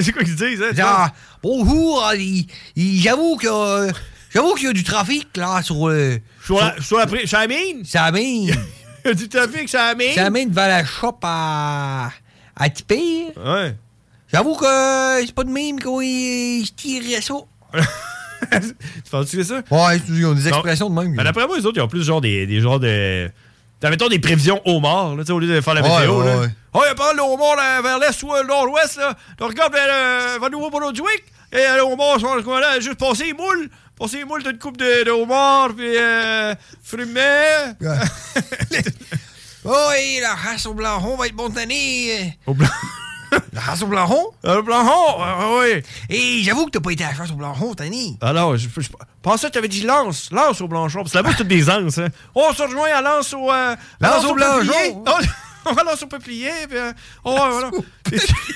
D: c'est quoi qu'ils disent, hein? tu
G: Genre, bonjour, ah, il- il- j'avoue que. euh, J'avoue qu'il y a du trafic là sur le.
D: vois? Sur la- Sur la pri- sur la mine? (laughs)
G: Ça (laughs) amène.
D: Il y a du trafic sur la mine?
G: ça amène vers la shop à. à Tipir.
D: Ouais.
G: J'avoue que euh, c'est pas de même qu'on je tirerait ça.
D: Tu penses que c'est ça?
G: Ouais, ils ont des
D: Non.
G: expressions de même.
D: Ben, d'après moi, les autres, ils ont plus genre des, des genres de. T'as, mettons, des prévisions au mort, là, tu sais, au lieu de faire la
G: Ouais,
D: météo,
G: ouais,
D: là.
G: ouais.
D: Oh, il y a pas mal au mort là, vers l'est ou euh, le nord-ouest, là. Donc, regarde vers, euh, vers nouveau brunswick Et euh, au mort, sur le coin-là, juste passer les moules. Passer les moules, t'as une coupe de, de homard, puis euh, frumet.
G: (laughs) Oh, et la race au blaron va être montanée.
D: Au blanc.
G: La race au blaron?
D: Au blanc, oui.
G: Et j'avoue que t'as pas été à la chasse au blaron cette année.
D: Ah non, je, je- je pensais que tu avais dit lance, lance au Blanchon. Parce que là-bas, c'est toutes des anses. Hein. On se rejoint à lance au. euh,
G: Lance au
D: peuplier. Oh,
G: Blanchon.
D: (laughs) On, on va lance au peuplier. Puis, euh, on, va- voilà. T'es-tu-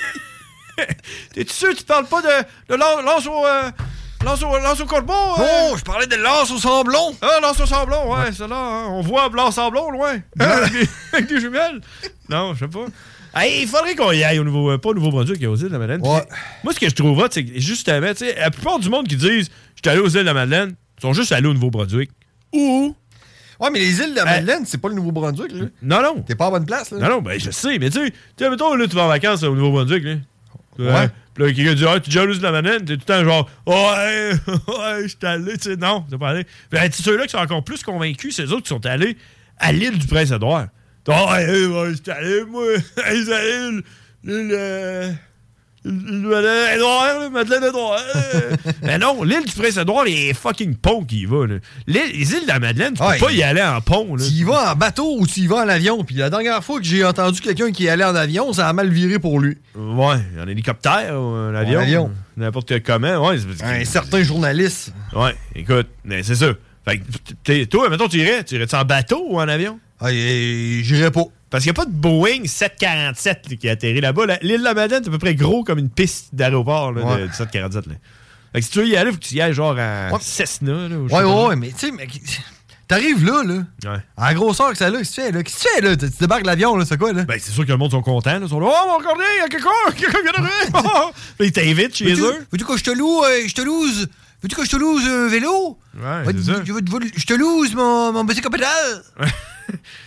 D: (laughs) T'es-tu sûr que tu parles pas de, de lance, lance au. euh, lance au, lance au corbeau? hein?
G: Oh, je parlais de l'as au semblon.
D: Ah, lance au sablon, ouais, c'est là. hein. On voit blanc sablon loin. Hein, Avec des- (laughs) avec des jumelles. Non, je sais pas. Hey, il faudrait qu'on y aille au nouveau, euh, pas au Nouveau-Brunswick, mais aux îles de la Madeleine. Puis,
G: Ouais.
D: Moi, ce que je trouve hot, c'est que, justement, tu sais, la plupart du monde qui disent « Je suis allé aux îles de la Madeleine », ils sont juste allés au Nouveau-Brunswick. Ou
G: Ouais, mais les îles de la Madeleine, c'est pas le Nouveau-Brunswick, là.
D: Non, non.
G: T'es pas à bonne place, là.
D: Non, non, ben je sais, mais tu sais, tu sais, mettons, là, tu vas en vacances là, au Nouveau-Brunswick, là.
G: Ouais.
D: Puis là, quelqu'un dit, ah, tu es jalouse de la manette, t'es tout le temps genre, ouais, (laughs) ouais, je suis allé, tu sais, non, t'es pas allé. Ben, tu sais, ceux-là qui sont encore plus convaincus, c'est eux autres qui sont allés à l'île du Prince-Édouard. Ah, ouais, ouais, ouais, je suis allé, moi, (laughs) à les îles, l'île. euh, l'île Madeleine Édouard, là, Madeleine
G: (laughs)
D: Édouard. euh. Mais non, l'île du Prince-Édouard, il est fucking pont qui y va, là. L'île- Les îles de la Madeleine, tu peux
G: Ouais.
D: pas y aller en pont, là.
G: Tu y vas en bateau ou tu y vas en avion. Puis la dernière fois que j'ai entendu quelqu'un qui allait en avion, ça a mal viré pour lui.
D: Ouais, en hélicoptère, ou en avion.
G: avion.
D: N'importe quel comment, ouais. c'est-
G: Un certain journaliste.
D: Ouais, écoute, mais c'est ça. Fait que t'es- toi, mettons, tu irais, tu irais en bateau ou en avion?
G: Ah, j'irais pas.
D: Parce qu'il n'y a pas de Boeing 747 là, qui atterrit là-bas. La- L'île de la Madeleine, c'est à peu près gros comme une piste d'aéroport là,
G: Ouais.
D: de- du 747. Là. Fait que si tu veux y aller, faut que tu y ailles genre en Cessna. Là, ou je
G: Ouais,
D: sais
G: ouais,
D: pas.
G: ouais, mais tu sais, mais... t'arrives là, là.
D: Ouais.
G: En grosseur que ça, là. Qu'est-ce que tu fais, là? Qu'est-ce que tu fais, là? Tu tu débarques de l'avion, là, c'est quoi, là?
D: Ben, c'est sûr que le monde sont contents. là, Ils sont là, oh mon cornet, il y a quelqu'un, (laughs) quelqu'un vient d'arriver. Oh! Puis ils t'invitent chez
G: Veux-tu-
D: eux.
G: Veux-tu que je te loue, euh, je te louse? Veux-tu que je te louse un vélo?
D: Ouais,
G: Ouais,
D: c'est ça. Ah,
G: je, veux- je veux- je te louse mon, mon bicycle à pédale.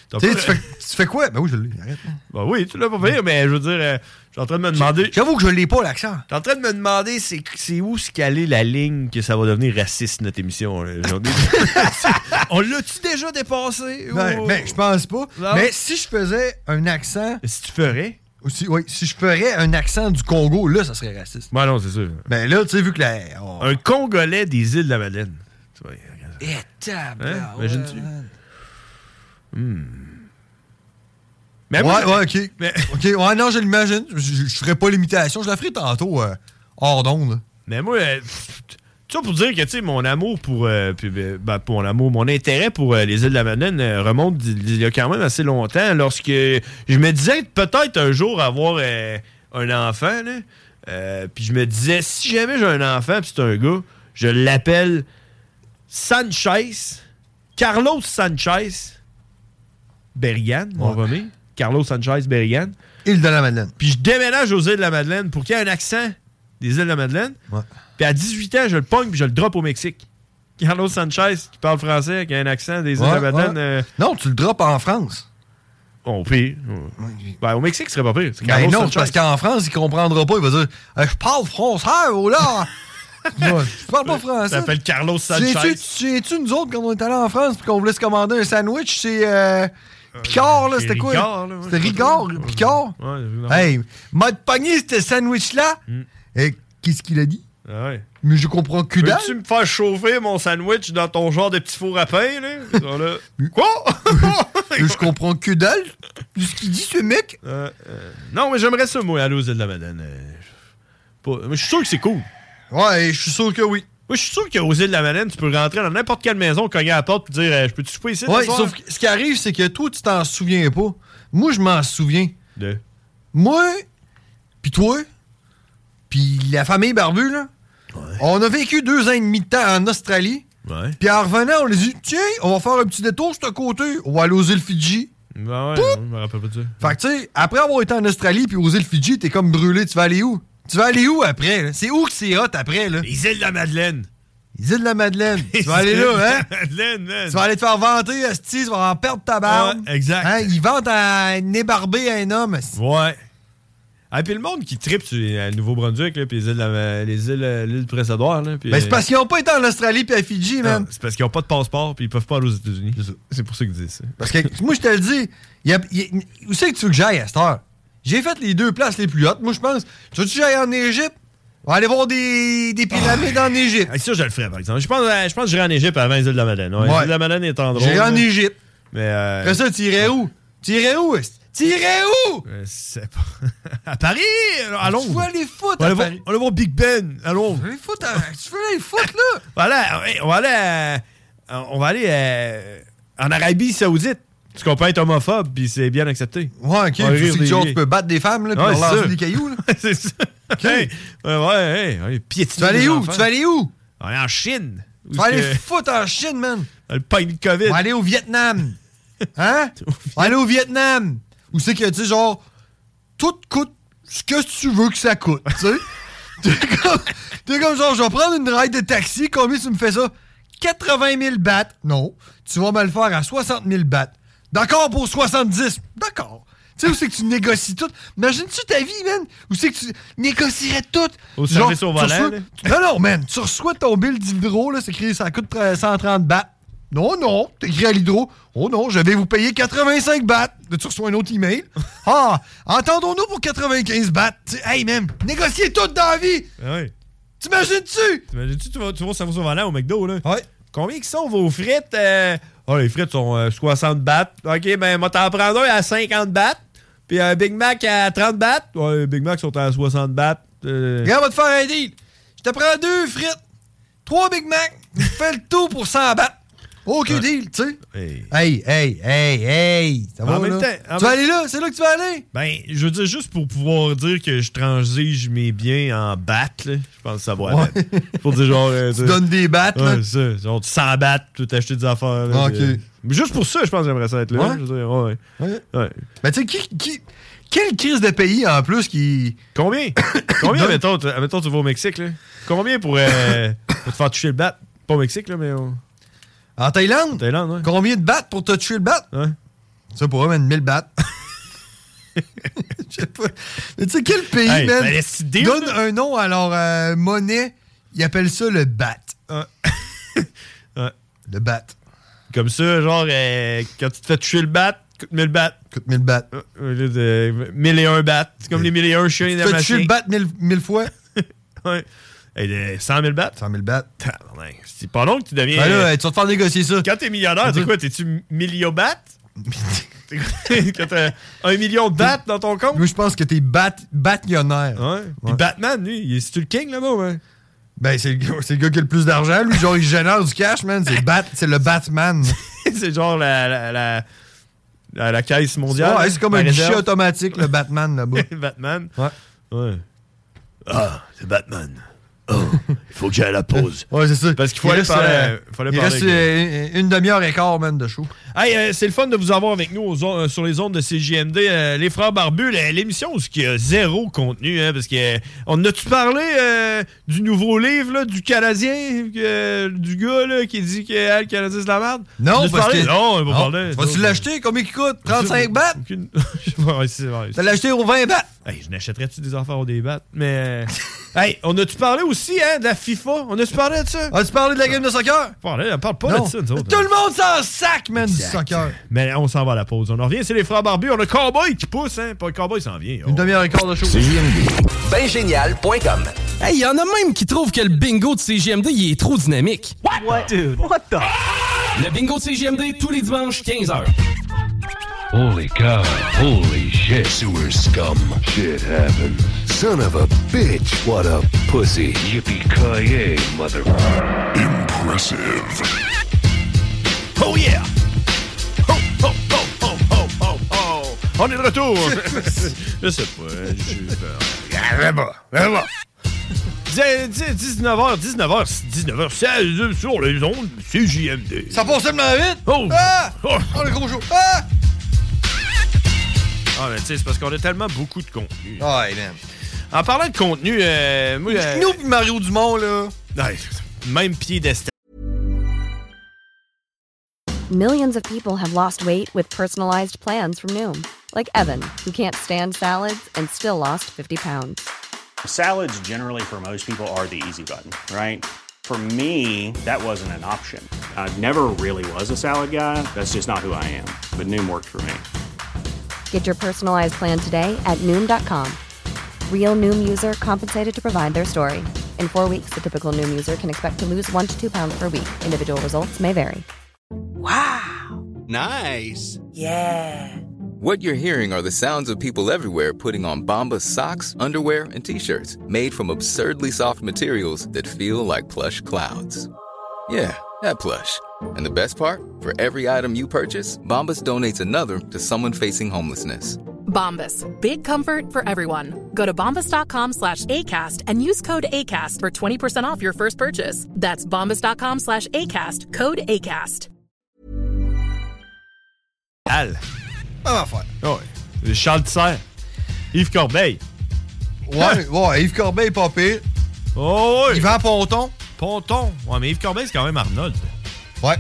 D: T'as
G: Tu sais,
D: pas-
G: tu fais, tu fais quoi? Ben oui, je l'ai. Arrête.
D: Ben oui, tu l'as pas fait, mais je veux dire, euh, je suis en train de me demander.
G: J'avoue que je l'ai pas, l'accent.
D: T'es en train de me demander c'est, c'est où se caler la ligne que ça va devenir raciste notre émission. là.
G: (laughs)
D: J'en ai- On l'a-tu déjà dépassé?
G: Ben,
D: ou-
G: ben, je pense pas.
D: Oh. Non.
G: Mais si je faisais un accent,
D: Si tu ferais?
G: ou si, ouais, si je ferais un accent du Congo, là, ça serait raciste.
D: Ben non, c'est sûr.
G: Ben là, tu sais, vu que la. oh,
D: Un Congolais des îles de la Madeleine. Tu vois, regarde ça.
G: Eh, tabarouette.
D: Hein? Imagines-tu? Mais
G: Ouais,
D: moi,
G: ouais, ok.
D: Mais-
G: Ok, ouais, non, je l'imagine. Je- Je je ferais pas l'imitation. Je la ferais tantôt euh, hors d'onde.
D: mais moi, euh, pff, tout ça pour dire que tu sais, mon amour pour. euh, puis, ben, ben, pour mon amour, mon intérêt pour euh, les îles de la Madeleine euh, remonte d'il d'il y a quand même assez longtemps. Lorsque je me disais peut-être un jour avoir euh, un enfant, là. Euh, puis je me disais, si jamais j'ai un enfant, puis c'est un gars, je l'appelle Sanchez, Carlos Sanchez Berrigan, mon
G: Ouais.
D: Romy. Carlos Sanchez Berrigan.
G: Île de la Madeleine.
D: Puis je déménage aux îles de la Madeleine pour qu'il y ait un accent des îles de la Madeleine.
G: Ouais.
D: Puis à 18 ans, je le pogne puis je le drop au Mexique. Carlos Sanchez, qui parle français, qui a un accent des îles de
G: Ouais,
D: la Madeleine.
G: ouais.
D: euh,
G: Non, tu le drops en France.
D: on pire. Ben, au Mexique, ce serait pas pire. C'est
G: Ben
D: Carlos
G: non,
D: Sanchez.
G: parce qu'en France, il comprendra pas. Il va dire Euh, Je parle français, ou
D: (laughs)
G: là Ouais, Je parle pas français.
D: Ça s'appelle Carlos Sanchez.
G: Tu sais-tu, nous autres, quand on est allés en France puis qu'on voulait se commander un sandwich, c'est euh, Picard, là,
D: c'est
G: c'était quoi?
D: Ricard, là, ouais,
G: C'était
D: je sais
G: Ricard,
D: pas trop.
G: Picard.
D: Ouais, non.
G: Hey, m'a pogné ce sandwich-là. Et qu'est-ce qu'il a dit?
D: Ah ouais.
G: Mais je comprends que dalle.
D: Peux-tu me faire chauffer mon sandwich dans ton genre de petit four à pain, là? Ils
G: (laughs)
D: sont là, Quoi?
G: Mais Je comprends que dalle de ce qu'il dit, ce mec.
D: Euh, euh, non, mais j'aimerais ça, moi, aller aux îles de la Madeleine. Euh, je- pas- mais je suis sûr que c'est cool.
G: Ouais, je suis sûr que oui.
D: Moi, je suis sûr qu'aux îles de la Madeleine, tu peux rentrer dans n'importe quelle maison, cogner à la porte, puis dire euh, Je peux-tu souper ici
G: Ouais,
D: ce soir?
G: sauf que ce qui arrive, c'est que toi, tu t'en souviens pas. Moi, je m'en souviens.
D: De-
G: Moi, puis toi, puis la famille Barbu, là, on a vécu deux ans et demi de temps en Australie.
D: Ouais.
G: Puis en revenant, on a dit Tiens, on va faire un petit détour sur ce côté. On va aller aux îles Fidji.
D: Ben ouais, non, je me rappelle pas de ça.
G: Fait que, tu sais, après avoir été en Australie puis aux îles Fidji, t'es comme brûlé. Tu vas aller où Tu vas aller où après là? C'est où que c'est hot après, là
D: Les îles de la Madeleine.
G: Les îles de la
D: (laughs)
G: Madeleine. tu vas aller
D: Les îles de
G: là,
D: la (laughs)
G: hein
D: Madeleine, man.
G: Tu vas aller te faire vanter, Asti, tu vas en perdre ta barbe.
D: Ouais, exact.
G: Hein, ils vendent à nébarbé à un homme. asti.
D: Ouais. Ah, puis le monde qui tripe sur les- à Nouveau-Brunswick, là, puis les îles, de la Ma- les îles, euh, l'île Prince-Édouard, là. puis,
G: Ben, c'est
D: euh,
G: parce qu'ils n'ont pas été en Australie puis à Fidji,
D: non,
G: man.
D: c'est parce qu'ils n'ont pas de passeport, puis ils peuvent pas aller aux États-Unis. C'est pour ça qu'ils disent ça.
G: Parce que, moi, je te le dis, y a- y a- où c'est que tu veux que j'aille à cette heure? J'ai fait les deux places les plus hautes, moi, je pense. Tu veux-tu que j'aille en Égypte? On va aller voir des, des pyramides en Égypte.
D: Ah, ça, je le ferais, par exemple. Je pense, euh, je pense que j'irai en Égypte avant les îles de la Madeleine. Ouais, Les
G: Ouais.
D: îles de la Madeleine est en drôle. hein?
G: J'irai en
D: là.
G: Égypte.
D: Mais. euh,
G: Après ça, tu irais où? Tu irais où? esti? Tu irais où?
D: euh, c'est pas. (laughs) à Paris!
G: Tu
D: À
G: veux
D: Londres!
G: aller foutre
D: On
G: à
D: va voir,
G: Paris.
D: on va voir Big Ben à Londres.
G: Tu veux aller foutre à- Tu veux aller foutre, là?
D: Voilà, ouais, on va aller, à- on va aller euh, en Arabie Saoudite. Parce qu'on peut être homophobe, puis c'est bien accepté.
G: Ouais, ok.
D: On va
G: Tu
D: rire
G: sais que
D: des
G: genre,
D: gays.
G: tu peux battre des femmes, là, puis
D: Ouais,
G: leur
D: c'est
G: lancer
D: sûr.
G: des
D: (laughs)
G: cailloux, là.
D: c'est ça. Hey, ouais, ouais, ouais, ouais, piétiner
G: Tu vas aller
D: les
G: où?
D: enfants.
G: Tu vas aller où?
D: On est en Chine. Où
G: Tu vas aller
D: est-ce que-
G: foutre en Chine, man.
D: dans le panier de COVID.
G: On va aller au
D: (laughs)
G: Vietnam. Hein? On va aller au Vietnam. Où c'est que, tu sais, genre, tout coûte ce que tu veux que ça coûte,
D: (laughs)
G: tu sais? T'es comme, t'es comme genre, je vais prendre une ride de taxi, combien tu me fais ça? 80 000 bahts. Non. Tu vas me le faire à 60 000 bahts. D'accord pour 70. D'accord. Tu sais où c'est que tu négocies tout? Imagine-tu ta vie, man? Où c'est que tu négocierais tout?
D: Au
G: Du
D: service au
G: tu
D: volant,
G: reçois-
D: là.
G: tu- Non, non, man. Tu reçois ton bill d'hydro, là, c'est écrit ça coûte euh, 130 bahts. Non, non, t'es écrit à l'hydro. Oh non, je vais vous payer 85 bahts. Là, tu reçois un autre
D: (laughs)
G: email. Ah, entendons-nous pour 95 bahts. Tu- Hey, man, négocier tout dans la vie!
D: Ah Ouais.
G: T'imagines-tu?
D: T'imagines-tu, tu vas, tu vas au service au volant au McDo, là? Ouais. Combien qui sont vos frites? euh? Ah, les frites sont euh, 60 bahts. OK, ben, moi, t'en prendre un à 50 bahts. Puis un Big Mac à 30 bahts. Ouais, les Big Mac sont à 60 bahts. euh.
G: Regarde, on va te faire un deal. Je te prends deux frites, trois Big Mac, je fais le tout pour 100 bahts. Aucun
D: Ouais.
G: deal, tu sais.
D: Hey.
G: Hey, hey, hey, hey! Ça va,
D: En même
G: là?
D: temps, en
G: tu vas
D: même-
G: aller là? C'est là que tu vas aller?
D: Ben, je veux dire, juste pour pouvoir dire que je transige mes biens en battes, là, je pense que ça va
G: Ouais.
D: être. Pour dire genre. euh,
G: Tu donnes des battes, là?
D: Ouais, c'est ça. Genre, tu s'en battes, tu t'acheter des affaires. là,
G: Ok.
D: puis, euh, mais juste pour ça, je pense que j'aimerais ça être là.
G: Ouais?
D: Je veux dire, ouais, ouais. Ouais.
G: Mais tu sais, qui, qui- quelle crise de pays en plus qui. (coughs)
D: Combien? Combien, mettons, tu, admettons, tu vas au Mexique, là? Combien pour,
G: (coughs)
D: euh, pour te faire toucher le bat? Pas au Mexique, là, mais. au-
G: En Thaïlande?
D: Thaïlande, ouais.
G: Combien de battes pour te tuer le bat?
D: Ouais.
G: Je sais pas, man, 1000
D: (laughs)
G: battes. Je sais pas. Mais tu sais, quel pays,
D: Hey,
G: man,
D: ben, laisse-y dire,
G: donne
D: là.
G: un nom à leur euh, monnaie, ils appellent ça le bat.
D: Ouais.
G: Le bat.
D: Comme ça, genre, euh, quand tu te fais toucher le bat, coûte 1000 bahts.
G: Coûte 1000 bahts.
D: Euh, au lieu de 1001 bahts. C'est comme les 1001 chiens
G: Tu
D: de
G: te fais tuer le bat mille, mille fois?
D: Ouais. Hey, de 100 000 bahts?
G: 100 000 bahts.
D: Tabarnak. C'est pas long que tu deviens.
G: Ben là, hey, tu vas te faire négocier ça.
D: Quand t'es millionnaire, t'es quoi? T'es-tu
G: (laughs)
D: milliobat? T'es quoi? Quand t'as un million de bahts dans ton compte?
G: Moi, je pense que t'es bat, batillionnaire.
D: Ouais. Puis Batman, lui, il est- c'est-tu le king là-bas, ouais?
G: Ben, c'est le, gars- c'est le gars qui a le plus d'argent. Lui, genre, il génère du cash, man.
D: (laughs)
G: C'est bat, c'est le Batman.
D: (laughs) c'est genre la, la, la, la- la caisse mondiale.
G: Ouais, c'est comme
D: la
G: un guichet
D: réserve.
G: automatique, le Batman, là-bas.
D: Batman.
G: Ouais.
D: (laughs) Ouais. Ah, c'est Batman. Oh, il faut que j'aille à la pause.
G: Ouais, c'est ça.
D: Parce qu'il faut aller
G: reste,
D: parler-
G: euh,
D: faut aller
G: il
D: parler
G: reste
D: avec-
G: euh, une, une demi-heure et quart, man, de show.
D: Hey, euh, c'est le fun de vous avoir avec nous aux on- euh, sur les ondes de CJMD. euh, les frères Barbus, la- l'émission où il y a zéro contenu, hein, parce que euh, on a-tu parlé euh, du nouveau livre là, du Canadien, euh, du gars là, qui dit que ah, le Canadien c'est de la merde? On
G: Non,
D: a-tu
G: parce
D: parlé?
G: que...
D: Non, on va parler.
G: Vas-tu l'acheter? Combien il coûte? 35 bahts?
D: Aucune- (laughs) Ouais, c'est vrai.
G: T'as l'acheté au 20 bahts?
D: Hey, je n'achèterais-tu des affaires au débat? Mais. euh, (laughs) hey, on a-tu parlé aussi, hein, de la FIFA? On a-tu parlé de ça?
G: As-tu parlé de la game de soccer?
D: On parle, on parle pas
G: Ah, Non.
D: de ça, nous autres. hein.
G: Tout le monde s'en sac, man, du
D: Exact.
G: soccer.
D: Mais on s'en va à la pause. On en revient, c'est les frères barbus. On a Cowboy qui pousse, hein? Pas le Cowboy, il s'en vient. Oh.
G: Une demi-heure et quart de show.
J: Bengénial.com
K: Hey, y en a même qui trouvent que le bingo de CGMD, il est trop dynamique. What? Le bingo de CGMD, tous les dimanches, 15h.
B: Holy cow. Holy shit. Sewer scum. Shit happened. Son of a bitch. What a pussy. Yippee-ki-yay, mother... Impressive.
D: Oh yeah! Oh, oh, oh, oh, oh, oh, oh! On est de retour!
G: (laughs)
D: je sais pas, hein, j'ai eu peur. Dix- dix- 19h, 19h, 19h16 sur les ondes CJMD.
G: Ça passe tellement vite!
D: Oh!
G: Ah!
D: Oh!
G: Oh, le gros show! Ah!
D: Ah, mais tu sais, c'est parce qu'on a tellement beaucoup de contenu.
G: Ouais, man.
D: En parlant de contenu, euh, moi, euh,
G: Ah. Nous pis Mario Dumont, là.
D: ouais, même piédestal.
L: Millions of people have lost weight with personalized plans from Noom, like Evan, who can't stand salads and still lost 50 pounds.
M: Salads, generally, for most people, are the easy button, right? For me, that wasn't an option. I never really was a salad guy. That's just not who I am. But Noom worked for me.
L: Get your personalized plan today at Noom.com. Real Noom user compensated to provide their story. In four weeks, the typical Noom user can expect to lose one to two pounds per week. Individual results may vary.
N: Nice. Yeah. What you're hearing are the sounds of people everywhere putting on Bombas socks, underwear, and t-shirts made from absurdly soft materials that feel like plush clouds. Yeah, that plush. And the best part? For every item you purchase, Bombas donates another to someone facing homelessness.
O: Bombas. Big comfort for everyone. Go to bombas.com slash ACAST and use code ACAST for 20% off your first purchase. That's bombas.com slash ACAST. Code ACAST.
G: Même affaire.
D: Ouais. Charles Tisser. Yves Corbeil.
G: Ouais, ouais, Yves Corbeil est pas pire.
D: Oh, oui.
G: Yvan Ponton.
D: Ponton. Ouais, mais Yves Corbeil, c'est quand même Arnold.
G: Ouais.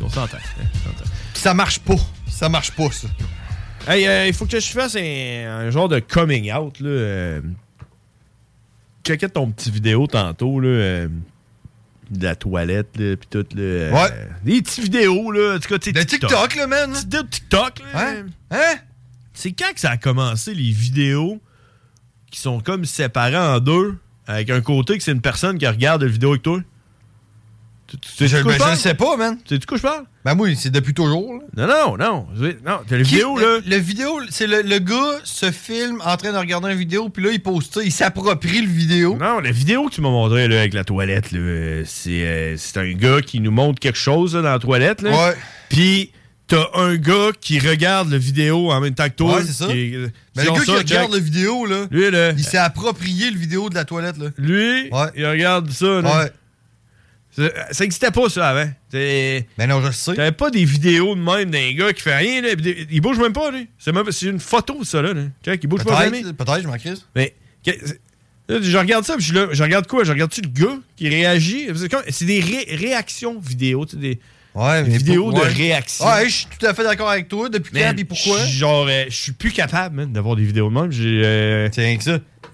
D: On s'entend. hein, on s'entend.
G: Puis ça marche pas. Ça marche pas, ça.
D: Hey, euh, il faut que je fasse un, un genre de coming out. Là. euh. checkais ton petit vidéo tantôt. Là, euh, de la toilette, là, puis tout. Là, euh,
G: Ouais.
D: Des petites vidéos, là. En tout cas, tu sais,
G: Le TikTok, là, man.
D: De TikTok, là.
G: Hein? Hein?
D: C'est quand que ça a commencé, les vidéos qui sont comme séparées en deux, avec un côté que c'est une personne qui regarde la vidéo avec toi? Tu, tu- tu sais
G: Je,
D: de
G: ben,
D: quoi
G: je
D: je parle?
G: le sais pas, man.
D: Tu sais de quoi je parle?
G: Ben oui, c'est depuis toujours. là.
D: Non, non, non. Je veux dire, Non, t'as les
G: Qui-
D: vidéos, là.
G: Le, le vidéo, c'est le, le gars se filme en train de regarder une vidéo, puis là, il poste ça, il s'approprie le vidéo.
D: Non, la vidéo que tu m'as montrée là, avec la toilette, là, euh, c'est euh, c'est un gars qui nous montre quelque chose là, dans la toilette. Là.
G: Ouais.
D: Puis t'as un gars qui regarde la vidéo en même temps que toi.
G: Ouais, c'est ça.
D: qui est- euh,
G: Mais Ben, le
D: Disons
G: gars qui
D: ça,
G: regarde la
D: Jack.
G: vidéo, là,
D: Lui, là,
G: il s'est approprié le vidéo de la toilette, là.
D: lui il regarde ça. Là. C'est- Ça n'existait pas, ça, avant. Mais
G: Ben, non, je sais.
D: T'avais pas des vidéos de même d'un gars qui fait rien, là, pis des- il bouge même pas, lui. C'est même- c'est une photo, ça, là. là. Check, il bouge pas jamais.
G: Peut-être, peut-être, je m'en crise.
D: Mais que- c'est- là, je regarde ça, puis je, suis là, je regarde quoi? Je regarde-tu le gars qui réagit? C'est comme- C'est des ré- réactions vidéo, tu sais, des, des vidéos de réaction.
G: Ouais, je suis tout à fait d'accord avec toi. Depuis
D: Man,
G: quand et pourquoi?
D: je suis Genre, euh, je suis plus capable, man, d'avoir des vidéos de même. J'ai, euh,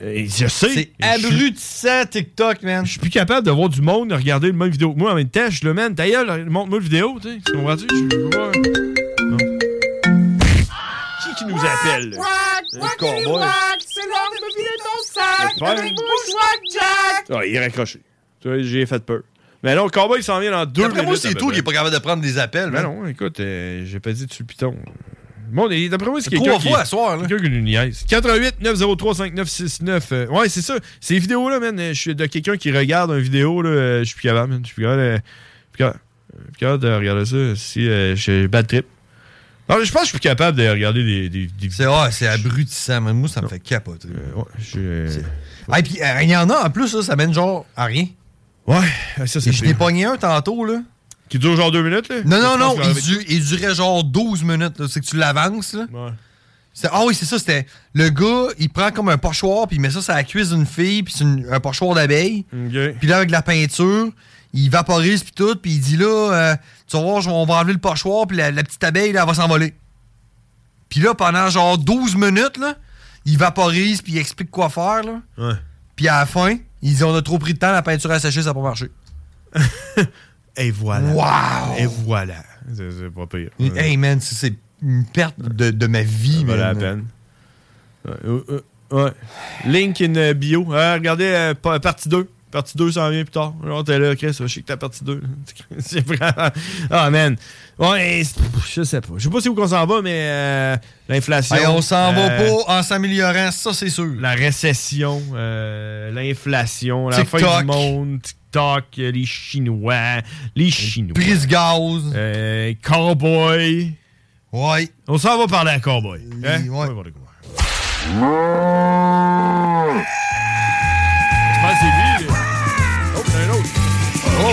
D: Euh, je
G: C'est
D: sais. Je suis-
G: abrutissant, TikTok, man.
D: Je suis plus capable de voir du monde regarder le même vidéo. que Moi, en même temps, je suis le man. Ta gueule, montre-moi le vidéo, tu sais. Tu comprends-tu? Je veux voir. Non. Qui qui nous appelle, là?
P: Wack,
D: cowboy.
P: wack, c'est l'heure de vider ton sac
D: Le frère.
P: avec Bushwack Jack.
D: Ah, il est raccroché. Tu vois, j'ai fait peur. Mais là, le cowboy, il s'en vient dans deux
G: D'après moi,
D: minutes, à
G: c'est
D: peu
G: tout,
D: près.
G: il est pas capable de prendre des appels,
D: Mais
G: man.
D: Ah ben non, écoute, euh, j'ai pas dit dessus le piton. Bon, et d'après moi, c'est
G: C'est
D: quelqu'un
G: trois
D: qui-
G: fois à soir, là.
D: Quelqu'un qui nous niaise. 88 903 5969. euh, ouais, c'est ça. Ces vidéos-là, man, euh, je suis de quelqu'un qui regarde une vidéo, là, euh, je suis plus capable, man. Je suis plus capable, euh, je suis plus capable- je suis plus capable de regarder ça si euh, j'ai bad trip. Non, mais je pense que je suis plus capable de regarder des, des, des
G: C'est ouais, c'est abrutissant, man. Moi, ça me fait capoter.
D: ouais, je...
G: Et puis, euh, il y en a en plus, là, ça mène genre à rien.
D: Ouais, ça, c'est
G: Je t'ai pogné un tantôt, là.
D: Qui dure genre deux minutes, là?
G: Non, non,
D: Je pense
G: non,
D: que
G: il,
D: j'aurais-
G: du- il durait genre 12 minutes, là. C'est que tu l'avances, là.
D: Ouais.
G: C'est- Ah oui, c'est ça, c'était... Le gars, il prend comme un pochoir, puis il met ça sur la cuisse d'une fille, puis c'est une- un pochoir d'abeille. Puis là, avec de la peinture, il vaporise, puis tout, puis il dit, là, euh, tu vas voir, je- on va enlever le pochoir, puis la, la petite abeille, là, elle va s'envoler. Puis là, pendant genre 12 minutes, là, il vaporise, puis il explique quoi faire, là.
D: Ouais.
G: Puis à la fin, ils disent, on a trop pris de temps, la peinture a séché, ça n'a pas marché.
D: Et voilà.
G: Wow!
D: Et voilà. C'est c'est pas pire.
G: Hey, man, c'est- c'est une perte de, de ma vie,
D: Voilà la
G: man.
D: peine. Ouais, euh, euh, ouais. Link in euh, bio. Ah, regardez, euh, pa- partie 2. Partie 2 s'en vient plus tard. Alors, t'es là, Chris, je sais que t'as partie 2. (laughs) c'est vraiment. Ah, man. Ouais, c'est- je sais pas. Je sais pas si où qu'on s'en va, mais euh, l'inflation.
G: Hey, on s'en
D: euh,
G: va pas en s'améliorant, ça c'est sûr.
D: La récession, euh, l'inflation, la
G: TikTok.
D: fin du monde, TikTok, euh, les Chinois, les Chinois.
G: Prise gaz.
D: Euh, cowboy.
G: Ouais.
D: On s'en va parler à cowboy. hein?
G: Ouais.
D: On va parler à cowboy. Je pense que c'est lui, là. Oh, c'est un autre.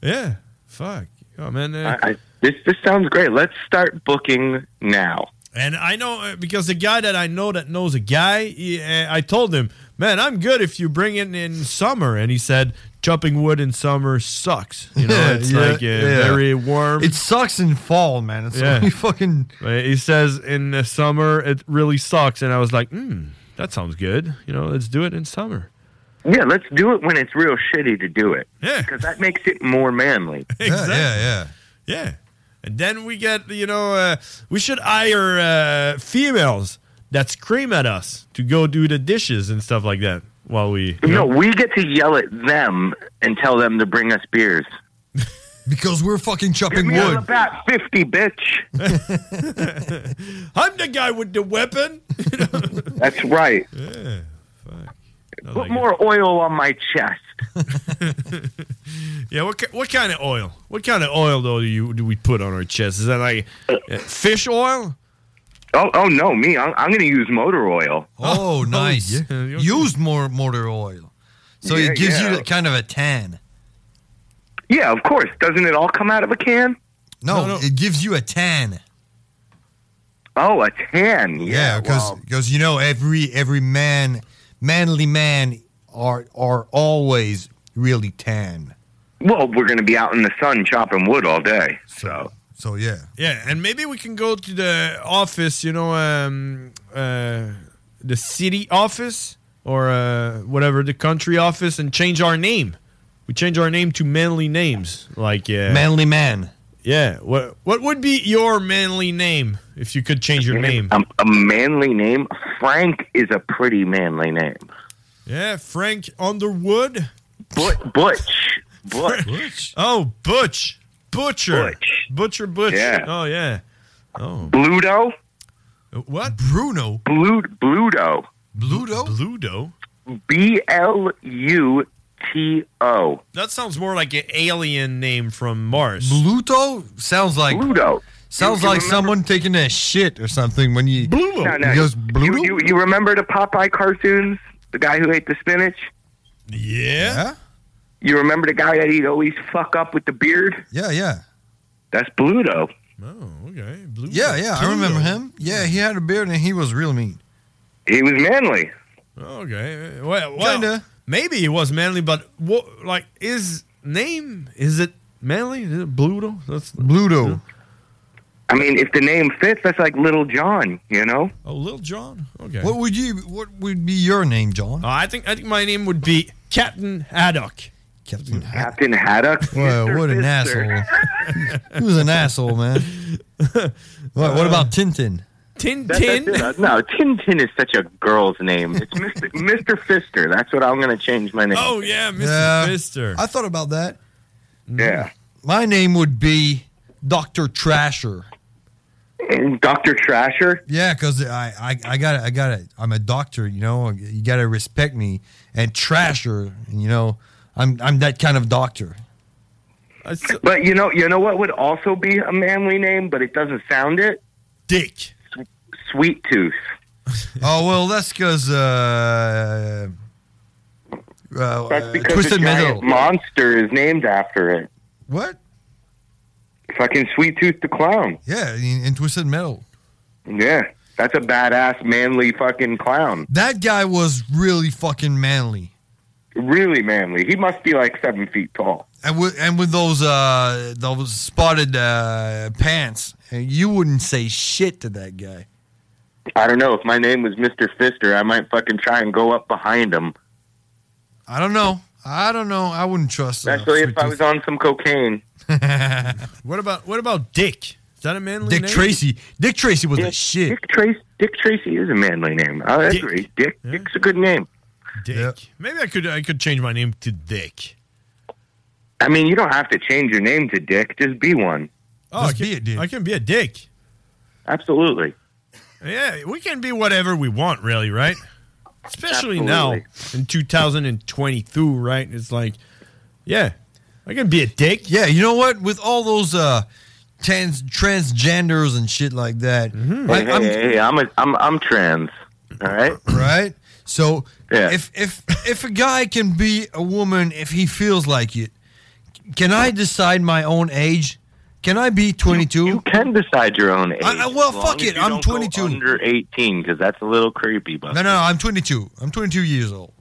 D: yeah. Fuck. Oh man. Uh,
E: I, I, this this sounds great. Let's start booking now.
D: And I know uh, because the guy that I know that knows a guy, he, uh, I told him, "Man, I'm good if you bring it in summer." And he said, "Chopping wood in
G: (laughs)
D: summer sucks. You know, it's like uh, very warm.
G: It sucks in fall, man. It's
D: Yeah.
G: only fucking.
D: Uh, He says in the summer it really sucks, and I was like, hmm, that sounds good. You know, let's do it in summer.
E: Yeah, let's do it when it's real shitty to do it.
D: Yeah.
E: Because that makes it more manly.
D: (laughs) Exactly.
G: yeah,
D: yeah, And then we get, you know, uh, we should hire uh, females that scream at us to go do the dishes and stuff like that while we. you know.
E: No, we get to yell at them and tell them to bring us beers.
G: Because we're fucking
E: Give
G: chopping
E: me all
G: wood.
E: about fifty, bitch.
D: I'm the guy with the weapon. (laughs)
E: That's (laughs) right.
D: Yeah.
E: Put more oil on my chest.
D: Yeah, what ki- what kind of oil? What kind of oil though do you do we put on our chest? Is that like uh, fish oil?
E: Oh, oh no, me. I'm, I'm going to use motor oil.
G: Oh, nice. Use more motor oil, so
E: Yeah,
G: it gives
E: yeah.
G: you kind of a tan.
E: Yeah, of course. Doesn't it all come out of a can?
G: No, it gives you a tan.
E: Oh, a tan.
G: Yeah, because you know every every man, manly man are are always really tan.
E: Well, we're going to be out in the sun chopping wood all day. So,
G: so yeah.
D: Yeah, and maybe we can go to the office, you know, um, uh, the city office or uh, whatever the country office, and change our name. we change our name to manly names, like uh,
G: Manly man.
D: Yeah. What What would be your manly name if you could change your
E: (laughs)
D: name?
E: Um, a manly name. Frank is a pretty manly name.
D: Yeah, Frank Underwood.
E: But, Butch. Butch.
D: Oh, Butch. Butcher.
E: Butch.
D: Butcher. Butch.
E: Yeah.
D: Oh yeah. Oh.
E: Bluto.
D: What?
E: Bruno. Blue, Bluto.
D: Bluto. Bluto.
E: B L U T O.
D: That sounds more like an alien name from Mars.
G: Bluto sounds like
E: Bluto.
G: Sounds
D: You- you
G: like
D: remember-
G: someone taking a shit or something when you Bluto.
E: No, no.
G: goes
E: You,
G: Bluto.
E: you, you remember the Popeye cartoons? The guy who ate the spinach?
D: Yeah.
E: You remember the guy that he'd always fuck up with the beard?
G: Yeah, yeah.
E: That's Bluto.
D: Oh,
G: Yeah, yeah, I remember him. Yeah, he had a beard and he was real mean.
E: He was manly.
D: Oh, Okay. Well, well maybe he was manly, but what? Like his name is it manly? Is it Bluto? That's
G: Bluto.
E: I mean, if the name fits, that's like Little John, you know?
D: Oh, Little John. Okay.
G: What would you? What would be your name, John?
D: Uh, I think I think my name would be Captain Haddock.
G: Captain
E: Captain Haddock.
G: Well, what an asshole! he was an asshole, (laughs) man. What, what about Tintin?
E: That- that's it. Uh, no, Tintin is such a girl's name.
G: (laughs)
E: It's Mr. Mr. Fister. That's what I'm going to change my name.
D: (laughs) Oh yeah, Mr.
G: Yeah.
D: Fister.
G: I thought about that.
E: Yeah.
G: My name would be Doctor Trasher.
E: And Doctor Trasher.
G: Yeah, because I, I, I gotta, I gotta, I'm a doctor, you know. You gotta respect me. And Trasher, you know, I'm, I'm that kind of doctor.
E: But you know, you know what would also be a manly name, but it doesn't sound it.
D: Dick.
E: Sweet Tooth.
G: oh well, that's because uh, uh,
E: That's
G: uh,
E: because
G: Twisted
E: a
G: Metal.
E: giant monster is named after it.
G: What?
E: Fucking Sweet Tooth the clown.
G: Yeah, in, in Twisted Metal.
E: Yeah, that's a badass, manly fucking clown.
G: That guy was really fucking manly,
E: Really manly. He must be like seven feet tall.
G: and with and with those uh those spotted uh pants, and you wouldn't say shit to that guy.
E: I don't know if my name was Mister Fister, I might fucking try and go up behind him.
G: I don't know. I don't know. I wouldn't trust. uh,
E: Especially if
G: Sweet
E: I
G: Tooth.
E: was on some cocaine.
D: What about what about Dick? Is that a manly
G: Dick
D: name?
G: Tracy. Dick Tracy was a shit.
E: Dick Tracy. Dick Tracy is a manly name. I agree. Dick. Dick's a good name.
D: Dick. Maybe I could I could change my name to Dick.
E: I mean, you don't have to change your name to Dick. Just be one.
D: Oh, I can, be a dick. I can be a dick.
E: Absolutely.
D: Yeah, we can be whatever we want, really, right? Especially now in 2022, right? It's like, yeah, I can be a dick.
G: Yeah, you know what? With all those uh, trans transgenders and shit like that,
E: Hey, hey, hey, I'm a, I'm I'm trans. All right.
G: right? So
E: Yeah.
G: if if if a guy can be a woman if he feels like it, can I decide my own age? Can I be 22? You,
E: can decide your own age.
G: I, I- well,
E: As long
G: fuck
E: as
G: it.
E: you
G: I'm
E: don't go
G: 22.
E: Under 18, because that's a little creepy. But
G: No, no, I'm 22. I'm 22 years old.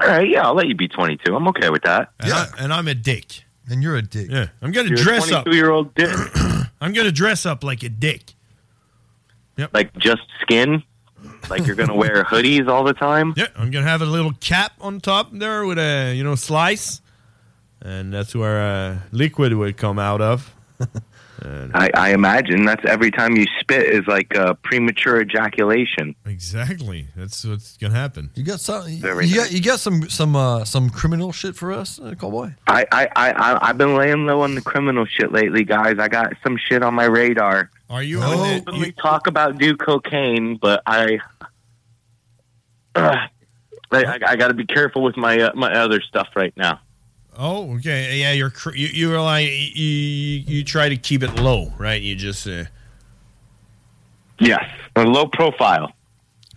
E: all right, yeah, I'll let you be 22. I'm okay with that.
D: Yeah. and I'm a dick.
G: And you're a dick.
D: Yeah. I'm going to
E: You're a
D: dress up.
E: 22 year old dick.
D: I'm going to dress up like a dick.
E: Like just skin. Like you're gonna wear hoodies all the time.
D: Yeah. I'm going to have a little cap on top there with a, you know, slice. And that's where uh, liquid would come out of.
E: I, I imagine that's every time you spit is like a premature ejaculation.
D: Exactly. That's what's going to happen.
G: You got some.
E: Very
G: You got you got some some uh, some criminal shit for us, uh, cowboy.
E: I, I, I, I I've been laying low on the criminal shit lately, guys. I got some shit on my radar.
D: Are you?
E: we talk about do cocaine, but I, Ugh. I, I, I got to be careful with my uh, my other stuff right now.
D: Oh, okay. Yeah, you're cr- you, you're like you, you try to keep it low, right? You just uh,
E: Yes, a low profile.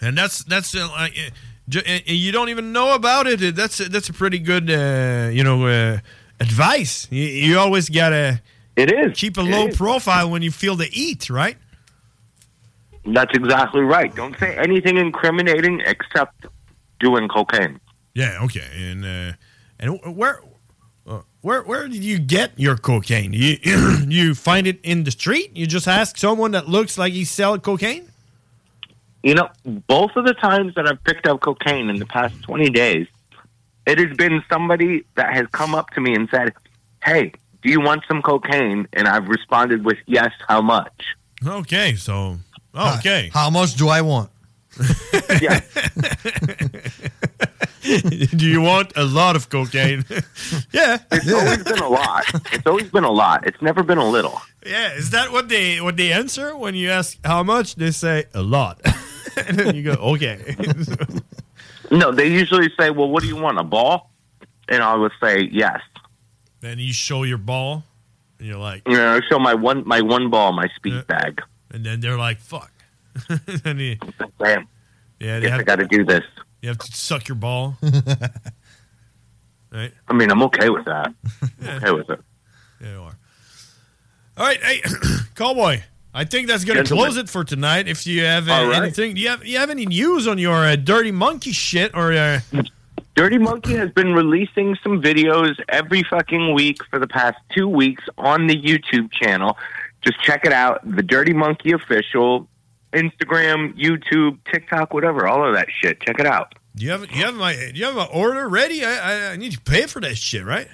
D: and that's that's uh, like uh, ju- and- and you don't even know about it. That's that's a pretty good uh, you know uh, advice. You, you always gotta
E: it is
D: keep a
E: It
D: low
E: is.
D: profile when you feel the eat, right?
E: That's exactly right. Don't say anything incriminating except doing cocaine.
D: Yeah. Okay. And uh, and wh- where uh, where where did you get your cocaine? You (clears throat) you find it in the street? You just ask someone that looks like he sell cocaine?
E: You know, both of the times that I've picked up cocaine in the past 20 days, It has been somebody that has come up to me and said, "Hey, do you want some cocaine?" And I've responded with, "Yes. How much?"
D: (laughs) Okay, so Oh, okay.
G: How much do I want?
D: (laughs) Do you want a lot of cocaine? (laughs) yeah.
E: It's always been a lot. It's always been a lot. It's never been a little.
D: Yeah, is that what they what they answer when you ask how much? They say a lot. (laughs) and then you go, okay. (laughs)
E: No, they usually say, "Well, what do you want? A ball?" And I would say, "Yes."
D: then you show your ball and you're like
E: You know, I show my one my one ball, my speed bag.
D: and then they're like, fuck. (laughs) and you,
E: Man,
D: yeah, they
E: guess I
D: have,
E: got to do this.
D: you have to suck your ball. right?
E: I mean, I'm okay with that.
D: (laughs) Yeah.
E: okay with it.
D: Yeah, you are. All right, hey, (clears throat) cowboy. I think that's going to
E: Gentlemen.
D: close it for tonight. If you have uh,
E: All right.
D: anything, do you have you have any news on your uh, dirty monkey shit or? Uh,
E: Dirty Monkey has been releasing some videos every fucking week for the past two weeks on the YouTube channel. Just check it out. The Dirty Monkey Official, Instagram, YouTube, TikTok, whatever, all of that shit. Check it out.
D: do you have you have my do you have my order ready? I, I I need to pay for that shit, right?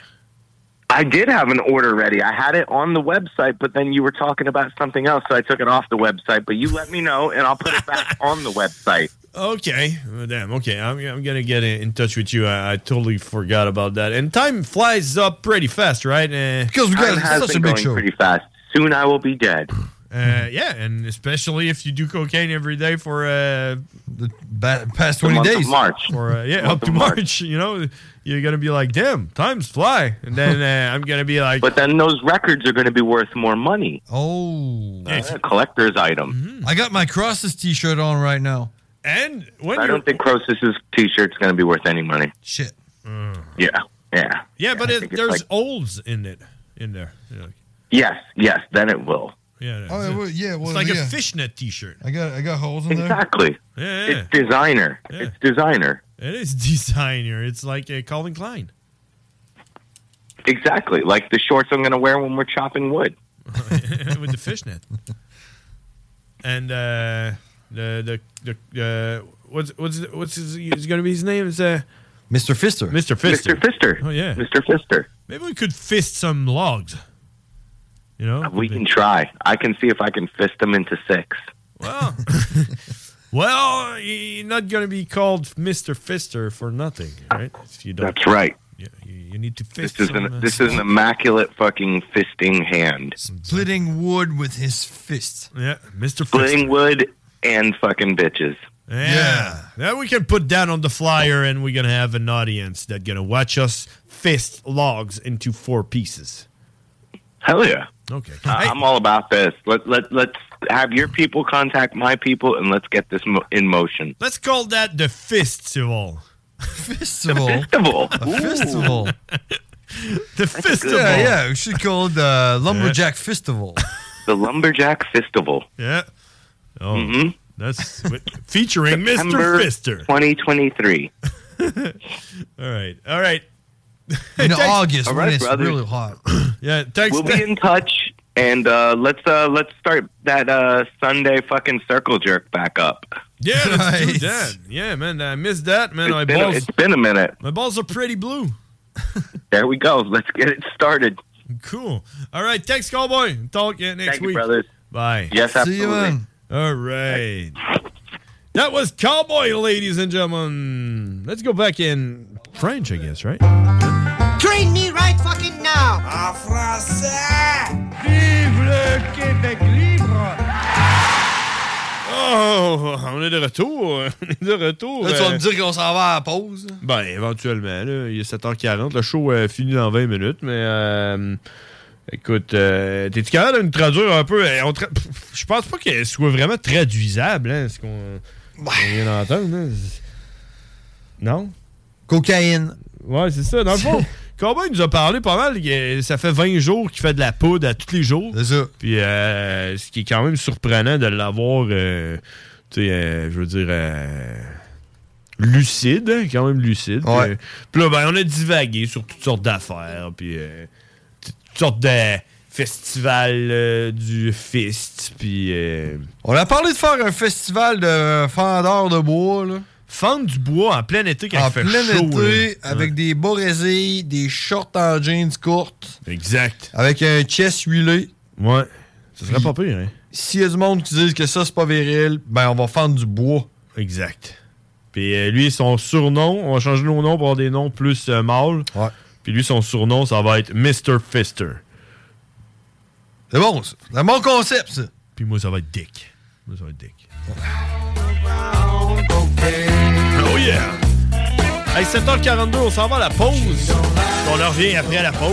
E: I did have an order ready. I had it on the website, but then you were talking about something else, so I took it off the website. But you let me know, and I'll put it back on the website.
D: Okay, Oh, damn. Okay, I'm I'm gonna get in in touch with you. I, I totally forgot about that. And time flies up pretty fast, right? Uh,
E: Time has been going pretty fast. Soon I will be dead.
D: Uh, yeah, and especially if you do cocaine every day for uh, the past
E: The 20 month of days. March.
D: or uh, yeah,
E: Month
D: up
E: of
D: to March. (laughs) You know, you're gonna be like, damn, times fly, and then uh, I'm gonna be like,
E: But then those records are going to be worth more money.
G: Oh,
E: That's a collector's item.
D: Mm-hmm.
G: I got my Crosses T-shirt on right now.
D: And when
E: I don't think Croesus's T-shirt's going to be worth any money.
G: Shit.
E: Yeah, yeah,
D: yeah, but it,
E: think it's
D: there's
E: like-
D: olds in it, in there. Yeah,
E: yes, yes. Then it will.
D: yeah.
G: Oh, yeah, well, yeah, well,
D: it's like
G: yeah.
D: a fishnet T-shirt.
G: I got I got holes in
E: Exactly.
D: Yeah, yeah.
E: It's designer. It's designer.
D: It is (laughs) designer. It's like a Calvin Klein. (laughs)
E: Exactly. Like the shorts I'm going to wear when we're chopping wood.
D: with the fishnet. And uh, the the the uh, what's what's what's his, is going to be his name is uh,
G: there. Mr. Fister.
D: Mr. Fister.
E: Mr. Fister.
D: Oh yeah,
E: Mr. Fister.
D: maybe we could fist some logs. You know,
E: Uh, We can try. I can see if I can fist them into six.
D: (laughs) Well, (laughs) well, you're not going to be called Mr. Fister for nothing, right? If you don't,
E: That's right.
D: You need to fist.
E: This is
D: some, uh,
E: an this is an immaculate fucking fisting hand.
G: Splitting wood with his fists.
D: Yeah, Mr.
E: Splitting wood and fucking bitches.
D: Yeah. Now we can put that on the flyer and we're going to have an audience that going to watch us fist logs into four pieces.
E: Hell yeah.
D: Okay.
E: I- I'm all about this. Let let let's have your people contact my people and let's get this mo- in motion.
D: Let's call that the festival.
G: Festival.
E: Festival.
G: A festival.
D: the festival.
G: Yeah, yeah. We should call it the Lumberjack
D: (laughs)
G: Festival.
E: The Lumberjack Festival.
D: Yeah. Oh,
E: Mhm.
D: that's with- featuring
E: September
D: Mr. Fister.
E: 2023.
D: All right. All right.
G: In
D: Thanks.
G: August
E: All
G: when
E: right,
G: it's
E: brothers.
G: really hot.
D: Yeah, thanks.
E: We'll be in touch and uh, let's uh, let's start that uh, Sunday fucking circle jerk back up.
D: Yeah, let's do that. Yeah, man, I missed that, man. My
E: It's been, a,
D: balls,
E: it's been a minute.
D: my balls are pretty blue.
E: There we go. Let's get it started.
D: Cool. All right, thanks, cowboy. Talk uh, next
E: Thank you,
D: week.
E: brothers.
D: Bye.
E: Yes, absolutely.
D: All right. That was Cowboy, ladies and gentlemen. Let's go back in French, I guess, right?
P: Train me right fucking now. En français. Vive le Québec libre.
D: Oh, on est de retour. (laughs) On est de retour.
G: Là, tu vas
D: Euh,
G: me dire qu'on s'en va à la pause.
D: Ben, éventuellement, là, il est 7h40. Le show euh, finit dans 20 minutes, mais euh, écoute, euh, t'es-tu capable de nous traduire un peu? Euh, on tra- Pff, Je pense pas qu'elle soit vraiment traduisable, hein, ce qu'on on vient d'entendre. hein. Non?
G: Cocaïne.
D: Ouais, c'est ça. Dans le fond, Combat il nous a parlé pas mal. Il- Ça fait 20 jours qu'il fait de la poudre à tous les jours.
G: C'est ça.
D: Puis, euh, ce qui est quand même surprenant de l'avoir, euh, tu sais, euh, je veux dire, euh, lucide, hein, quand même lucide. Puis, euh, Puis là, ben, on a divagué sur toutes sortes d'affaires, puis euh, t- toutes sortes de festivals euh, du fist, puis... euh,
G: On a parlé de faire un festival de fendeurs de bois, là.
D: Fendre du bois en plein été quand
G: en
D: il fait
G: plein
D: chaud.
G: été,
D: là.
G: avec
D: Ouais.
G: des beaux résilles, des shorts en jeans courtes.
D: Exact.
G: Avec un chest huilé.
D: Ouais. Ce serait pas pire, hein?
G: S'il y a du monde qui dit que ça, c'est pas viril, ben on va fendre du bois.
D: Exact. Puis euh, lui, son surnom, on va changer nos noms pour avoir des noms plus euh, mâles. Puis lui, son surnom, ça va être Mr. Fister.
G: C'est bon, ça. c'est un bon concept, ça.
D: Puis moi, ça va être Dick. Moi, ça va être Dick. Oh yeah! Hey, 7h42, on s'en va à la pause. Puis On en revient après la pause.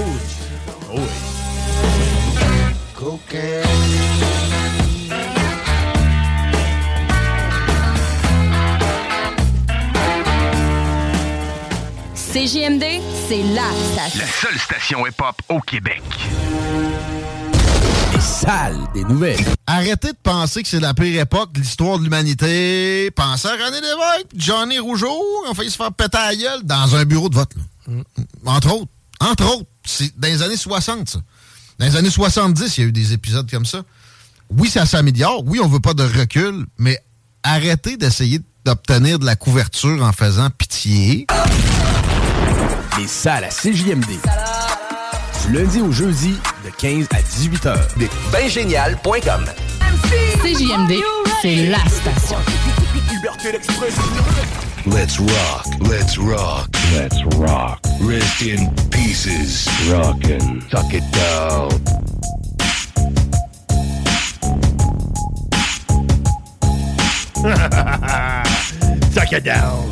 D: Oh oui.
I: CGMD, c'est la station.
Q: La seule station hip-hop au Québec.
R: Les salles des nouvelles. Arrêtez de penser que c'est la pire époque de l'histoire de l'humanité. Pensez à René Lévesque, puis Johnny Rougeau, on fait se faire péter la gueule dans un bureau de vote. là. Entre autres. Entre autres. C'est dans les années 60, ça. Dans les années 70, il y a eu des épisodes comme ça. Oui, ça s'améliore. Oui, on veut pas de recul, mais arrêtez d'essayer d'obtenir de la couverture en faisant pitié.
B: Les salles à CJMD. Du lundi au jeudi, de 15 à 18 heures. Des bingénial.com.
I: CGMD, c'est la station.
B: Let's rock, let's rock, let's rock. Rest in pieces. Rockin'. Tuck it down.
D: Tuck it down.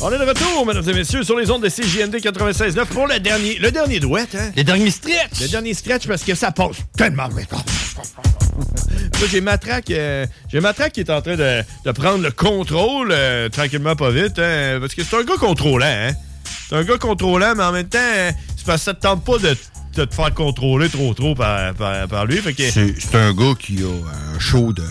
D: On est de retour, mesdames et messieurs, sur les ondes de CJMD 96.9 pour le dernier, le dernier douette, hein? Le dernier stretch! Le dernier stretch parce que ça passe tellement vite. Là, j'ai Matraque, euh, j'ai Matraque qui est en train de, de prendre le contrôle euh, tranquillement, pas vite, hein, parce que c'est un gars contrôlant. Hein? C'est un gars contrôlant, mais en même temps, hein, c'est parce que ça te tente pas de, de te faire contrôler trop trop par, par, par lui. Fait que,
Q: C'est c'est un gars qui a un show de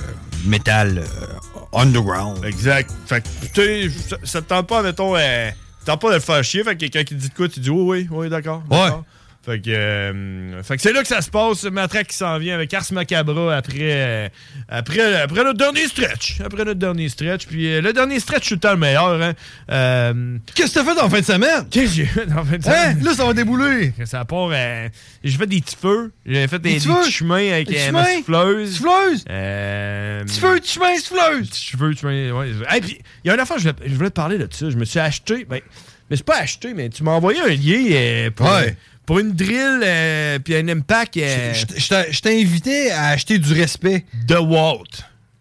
Q: métal euh, underground.
D: Exact. Fait que, tu sais, ça, ça te tente pas, mettons, euh, tente pas de le faire chier. Fait que quelqu'un qui dit de quoi, tu dis oui, oui, oui, d'accord. d'accord. Fait que, euh, fait que c'est là que ça se passe. Matraque qui s'en vient avec Ars Macabra après, euh, après, après notre dernier stretch. Après notre dernier stretch. Puis euh, le dernier stretch, c'est tout le temps le meilleur. Hein. Qu'est-ce que t'as fait en fin de semaine? Qu'est-ce que j'ai fait en fin de
G: Hein?
D: semaine? Là, ça va débouler. (laughs) Ça part. euh, j'ai fait des petits feux. J'ai fait
G: Des
D: des, des
G: petits feux?
D: petits chemins avec
G: Des
D: euh,
G: petits
D: ma
G: chemins?
D: souffleuse.
G: Souffleuse?
D: Euh,
G: Tu veux, tu chemin, souffleuse!
D: je veux, tu m'as- ouais. Hey, puis, il y a une affaire, je voulais, je voulais te parler de ça. Je me suis acheté. Ben, mais c'est pas acheté, mais tu m'as envoyé un lien euh, pour,
G: Ouais.
D: pour une drill euh, puis un impact. euh,
G: Je t- je t'ai- je t'ai invité à acheter du respect.
D: De Walt.